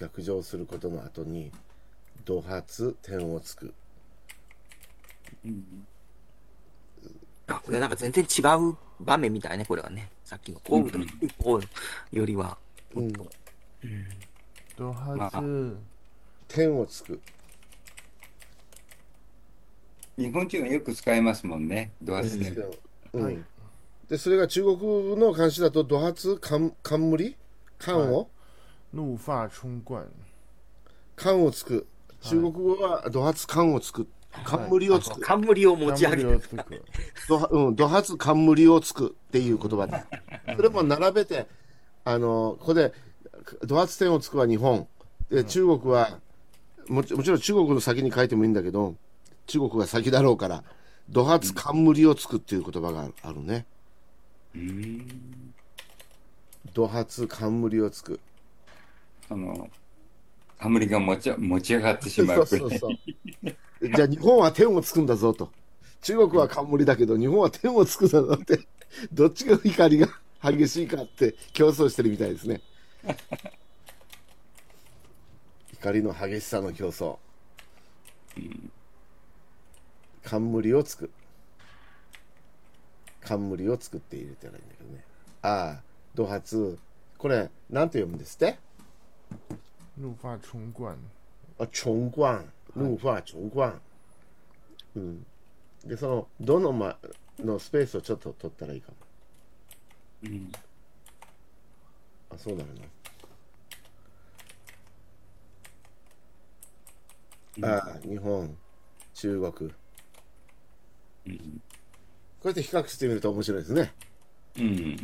[SPEAKER 1] 逆上することの後に、土発、天をつく。
[SPEAKER 3] あこれなんか全然違う場面みたいね、これはね。さっきのコールの方よりは。
[SPEAKER 1] うん。
[SPEAKER 2] ド
[SPEAKER 4] ま
[SPEAKER 2] ハ
[SPEAKER 4] あ
[SPEAKER 2] ツ、
[SPEAKER 1] 天をつく。
[SPEAKER 4] 日本人はよく使いますもんね、ドアステム。
[SPEAKER 1] うん
[SPEAKER 2] はい
[SPEAKER 1] で、それが中国の漢詩だと、土発、冠、冠冠を、
[SPEAKER 2] 怒发冲冠。
[SPEAKER 1] 冠をつく。中国語は、土発冠をつく。冠をつく。
[SPEAKER 3] 冠を持ち上げ
[SPEAKER 2] 冠を
[SPEAKER 3] る。
[SPEAKER 2] つく。
[SPEAKER 1] どはうん、どはつ冠をつくっていう言葉で。それも並べて、あの、ここで、どはつ点をつくは日本。で、中国は、もちもちろん中国の先に書いてもいいんだけど、中国が先だろうから、どはつ冠をつくっていう言葉があるあるね。
[SPEAKER 4] うん
[SPEAKER 1] どはつ冠をつく。
[SPEAKER 4] その、冠が持ち持ち上がってし
[SPEAKER 1] そう
[SPEAKER 4] まうく
[SPEAKER 1] そ
[SPEAKER 4] ら
[SPEAKER 1] う
[SPEAKER 4] い。
[SPEAKER 1] そう。じゃあ日本は天をつくんだぞと。中国は冠だけど、日本は天をつくんだぞって、どっちが怒りが激しいかって競争してるみたいですね。怒りの激しさの競争。冠をつく。冠を作って入れたらいいんだけどね。ああ、土発。これ、なんて読むんですって
[SPEAKER 2] 怒发冲冠。
[SPEAKER 1] あ、重冠、怒发重冠。うん。で、その、どの間のスペースをちょっと取ったらいいかも。
[SPEAKER 4] うん
[SPEAKER 1] あ、そうなのな。ああ、日本、中国。こ
[SPEAKER 4] うん
[SPEAKER 1] うやって比較してみると面白いですね。
[SPEAKER 4] うん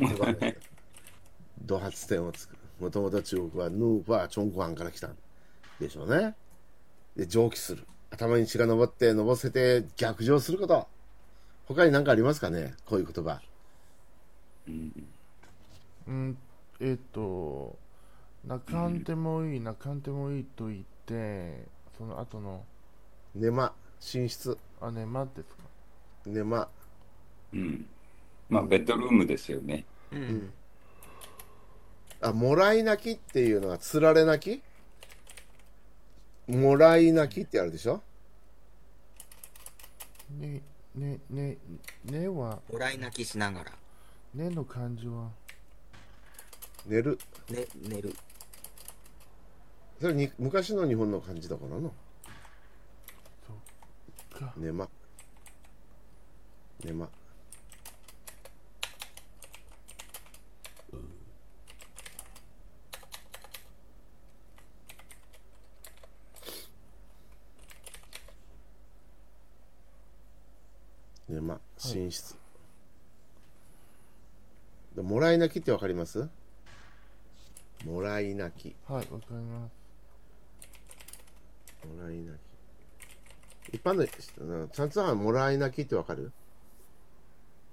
[SPEAKER 1] 土発点を作る。もともと中国は、怒发重冠から来たんでしょうね。で、蒸気する。頭に血が上って、のぼせて、逆上すること。他に何かありますかねこういう言葉。
[SPEAKER 2] うん、えっ、と、泣かんでもいい、泣かんでもいいと言って、その後の、
[SPEAKER 1] 寝間、寝室、
[SPEAKER 2] あ、ね、待ってですか。
[SPEAKER 1] 寝間、
[SPEAKER 4] うんまあ、ベッドルームですよね。
[SPEAKER 3] うん。
[SPEAKER 1] あ、もらい泣きっていうのは、つられ泣きもらい泣きってあるでしょ
[SPEAKER 2] ね、ね、ね、ねは、
[SPEAKER 3] もらい泣きしながら、
[SPEAKER 2] ねの漢字は、
[SPEAKER 1] 寝る。
[SPEAKER 3] ね、寝る。
[SPEAKER 1] それに、昔の日本の漢字だからな。
[SPEAKER 2] か、
[SPEAKER 1] 寝間。寝間。寝間、寝室。でもらい泣きってわかりますもらい泣き。
[SPEAKER 2] はい、わかります。
[SPEAKER 1] もらい泣き。一般の人、うんチャンツァーはもらい泣きってわかる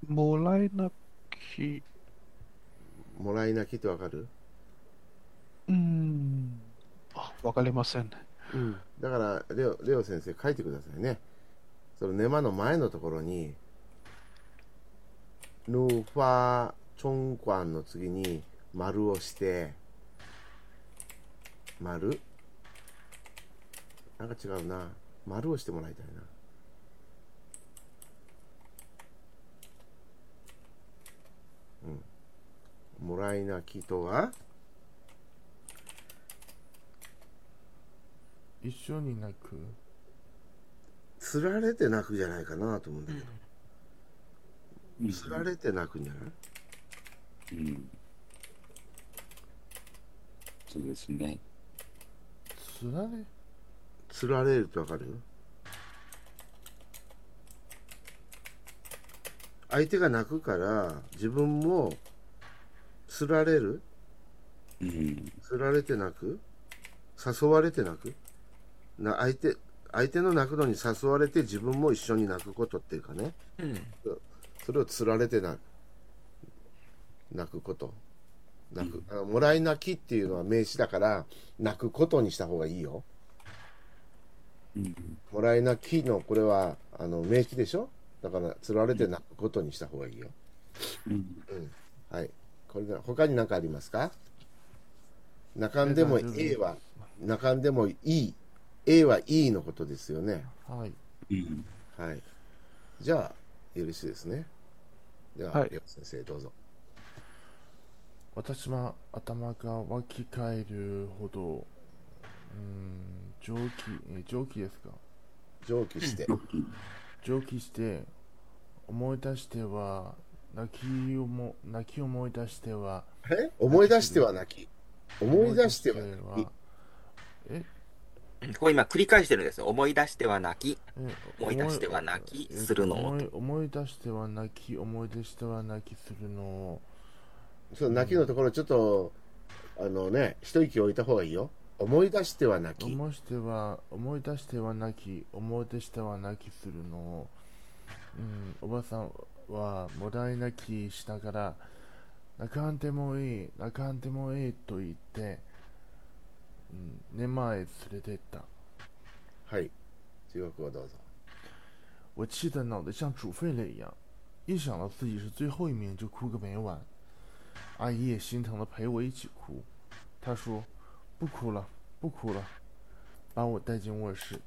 [SPEAKER 5] もらい泣き、
[SPEAKER 1] もらい泣きってわかる
[SPEAKER 5] うーん、あわかりませんね。
[SPEAKER 1] だからレオ、レオ先生、書いてくださいね。その、ネマの前のところに、ヌーファーチョンクワンの次に、丸をして、丸なんか違うな。丸をしてもらいたいな。うん。もらい泣きとは、
[SPEAKER 2] 一緒に泣く
[SPEAKER 1] つられて泣くじゃないかなと思うんだけど、
[SPEAKER 4] うん
[SPEAKER 1] つられて泣くんじゃない
[SPEAKER 4] うんそうですね。
[SPEAKER 2] つられ
[SPEAKER 1] つられるってわかる相手が泣くから自分もつられる
[SPEAKER 4] うん。
[SPEAKER 1] つられて泣く誘われて泣くな相手相手の泣くのに誘われて自分も一緒に泣くことっていうかね
[SPEAKER 3] うん。
[SPEAKER 1] それをつられて泣く泣くこと泣く、あもらい泣きっていうのは名詞だから泣くことにした方がいいよ
[SPEAKER 4] うん。
[SPEAKER 1] もらい泣きのこれはあの名詞でしょだからつられて泣くことにした方がいいよ
[SPEAKER 4] うん。
[SPEAKER 1] はいこれで他に何かありますか泣かんでも A は泣かんでもいい A はいいのことですよね
[SPEAKER 2] はい
[SPEAKER 4] うん。
[SPEAKER 1] はいじゃあよろしいですねでは、
[SPEAKER 5] はい
[SPEAKER 1] りょう先生どうぞ
[SPEAKER 2] 私は頭が湧き返るほどうーん蒸気え蒸気ですか
[SPEAKER 1] 上記して
[SPEAKER 2] 上記して思い出しては泣きをも泣き思い出しては
[SPEAKER 1] え思い出しては泣き思い出しては
[SPEAKER 2] 思い
[SPEAKER 1] 泣
[SPEAKER 2] 出
[SPEAKER 1] き
[SPEAKER 2] してはえ
[SPEAKER 3] これ今繰り返してるんですよ。思い出しては泣き。
[SPEAKER 2] え
[SPEAKER 3] 思い出しては泣き
[SPEAKER 2] え
[SPEAKER 3] するのを
[SPEAKER 2] 思い思い出しては泣き思い出しては泣きするのを
[SPEAKER 1] そう泣きのところちょっとあのね一息置いた方がいいよ思い出しては泣き
[SPEAKER 2] 思いしては思い出しては泣き思い出しては泣きするのを、うん、おばさんはもらい泣きしながら泣かんでもいい泣かんでもいいと言って、うん、寝間へ連れてった
[SPEAKER 1] はい中国語どうぞ
[SPEAKER 2] 我气得脑袋像煮沸了一样，一想到自己是最后一名就哭个没完。阿姨也心疼的陪我一起哭，她说：“不哭了，不哭了。”把我带进卧室，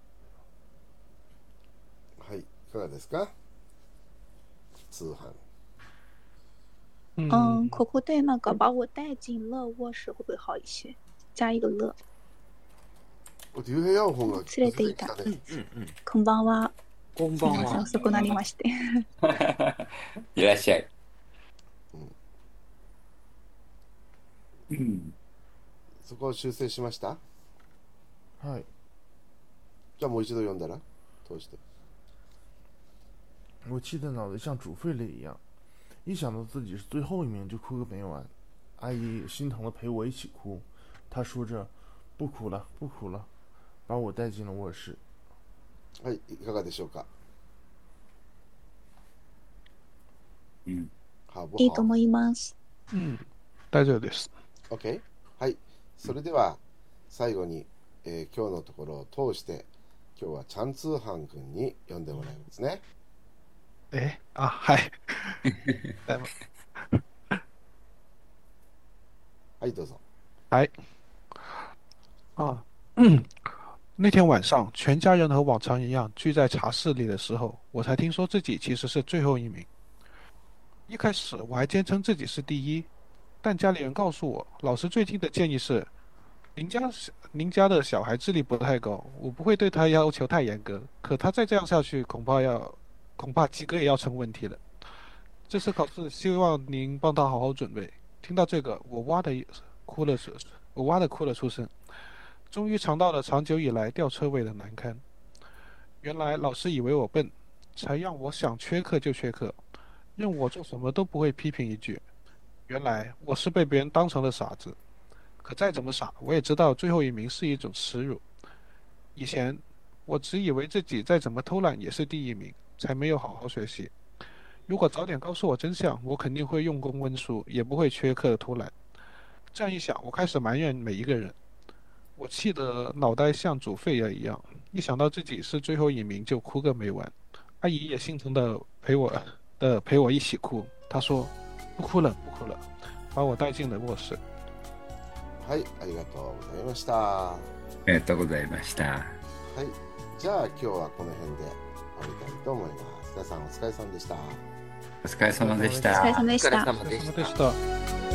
[SPEAKER 1] はいいかがですか通販
[SPEAKER 6] 嗯，可可对那个把我带进了卧室会不会好一些？加一个了。
[SPEAKER 1] お竜兵ヤオホンが
[SPEAKER 6] 連れていた
[SPEAKER 1] 崩
[SPEAKER 3] う
[SPEAKER 1] れ
[SPEAKER 3] ん
[SPEAKER 1] てき
[SPEAKER 3] うんうん。
[SPEAKER 6] こんばんは。
[SPEAKER 3] こん
[SPEAKER 6] す
[SPEAKER 3] ば
[SPEAKER 6] み
[SPEAKER 3] ん
[SPEAKER 6] ません
[SPEAKER 3] は。
[SPEAKER 6] 遅くなりまして。
[SPEAKER 4] いらっしゃい。うん。
[SPEAKER 1] そこを修正しました
[SPEAKER 2] はい。
[SPEAKER 1] じゃあもう一度読んだら通して
[SPEAKER 2] 我气得脑袋像煮沸了一样，一想到自己是最后一名就哭个没完。阿姨也心疼的陪我一起哭，她说着：“不哭了，不哭了。”把我带进了卧室。
[SPEAKER 1] はいいかがでしょうか
[SPEAKER 4] うん。
[SPEAKER 1] ハボ
[SPEAKER 6] いいと思います。
[SPEAKER 5] 嗯，大丈夫です。
[SPEAKER 1] OK はいそれでは最後に、えー今日のところを通して今日はチャンツーハン君に読んでもらいますね
[SPEAKER 5] え、あ、はい。
[SPEAKER 1] はいどうぞ
[SPEAKER 5] 啊，嗯，那天晚上，全家人和往常一样聚在茶室里的时候，我才听说自己其实是最后一名。一开始我还坚称自己是第一，但家里人告诉我，老师最近的建议是，您家小您家的小孩智力不太高，我不会对他要求太严格。可他再这样下去，恐怕要恐怕及格也要成问题了。这次考试希望您帮他好好准备。听到这个，我哇的一哭了出，我哇的哭了出声。终于尝到了长久以来吊车尾的难堪。原来老师以为我笨，才让我想缺课就缺课，任我做什么都不会批评一句。原来我是被别人当成了傻子，可再怎么傻，我也知道最后一名是一种耻辱。以前我只以为自己再怎么偷懒也是第一名，才没有好好学习。如果早点告诉我真相，我肯定会用功温书，也不会缺课偷懒。这样一想，我开始埋怨每一个人。我气得脑袋像煮沸了一样，一想到自己是最后一名就哭个没完。阿姨也心疼的陪我的陪我一起哭，她说：“不哭了，不哭了。”把我带进了卧室。
[SPEAKER 1] はいありがとうございましたは
[SPEAKER 4] ありがとうございました。
[SPEAKER 1] いじゃあ今日はこの辺で終わりたいと思います皆さんお疲れ様でした
[SPEAKER 4] お疲れ様でし
[SPEAKER 6] お
[SPEAKER 4] た
[SPEAKER 6] 疲れ。様
[SPEAKER 3] お
[SPEAKER 6] でし
[SPEAKER 3] 疲れ
[SPEAKER 6] た。
[SPEAKER 3] 様
[SPEAKER 5] お疲
[SPEAKER 3] で
[SPEAKER 5] れ様
[SPEAKER 3] し
[SPEAKER 5] で
[SPEAKER 3] た
[SPEAKER 5] し。た。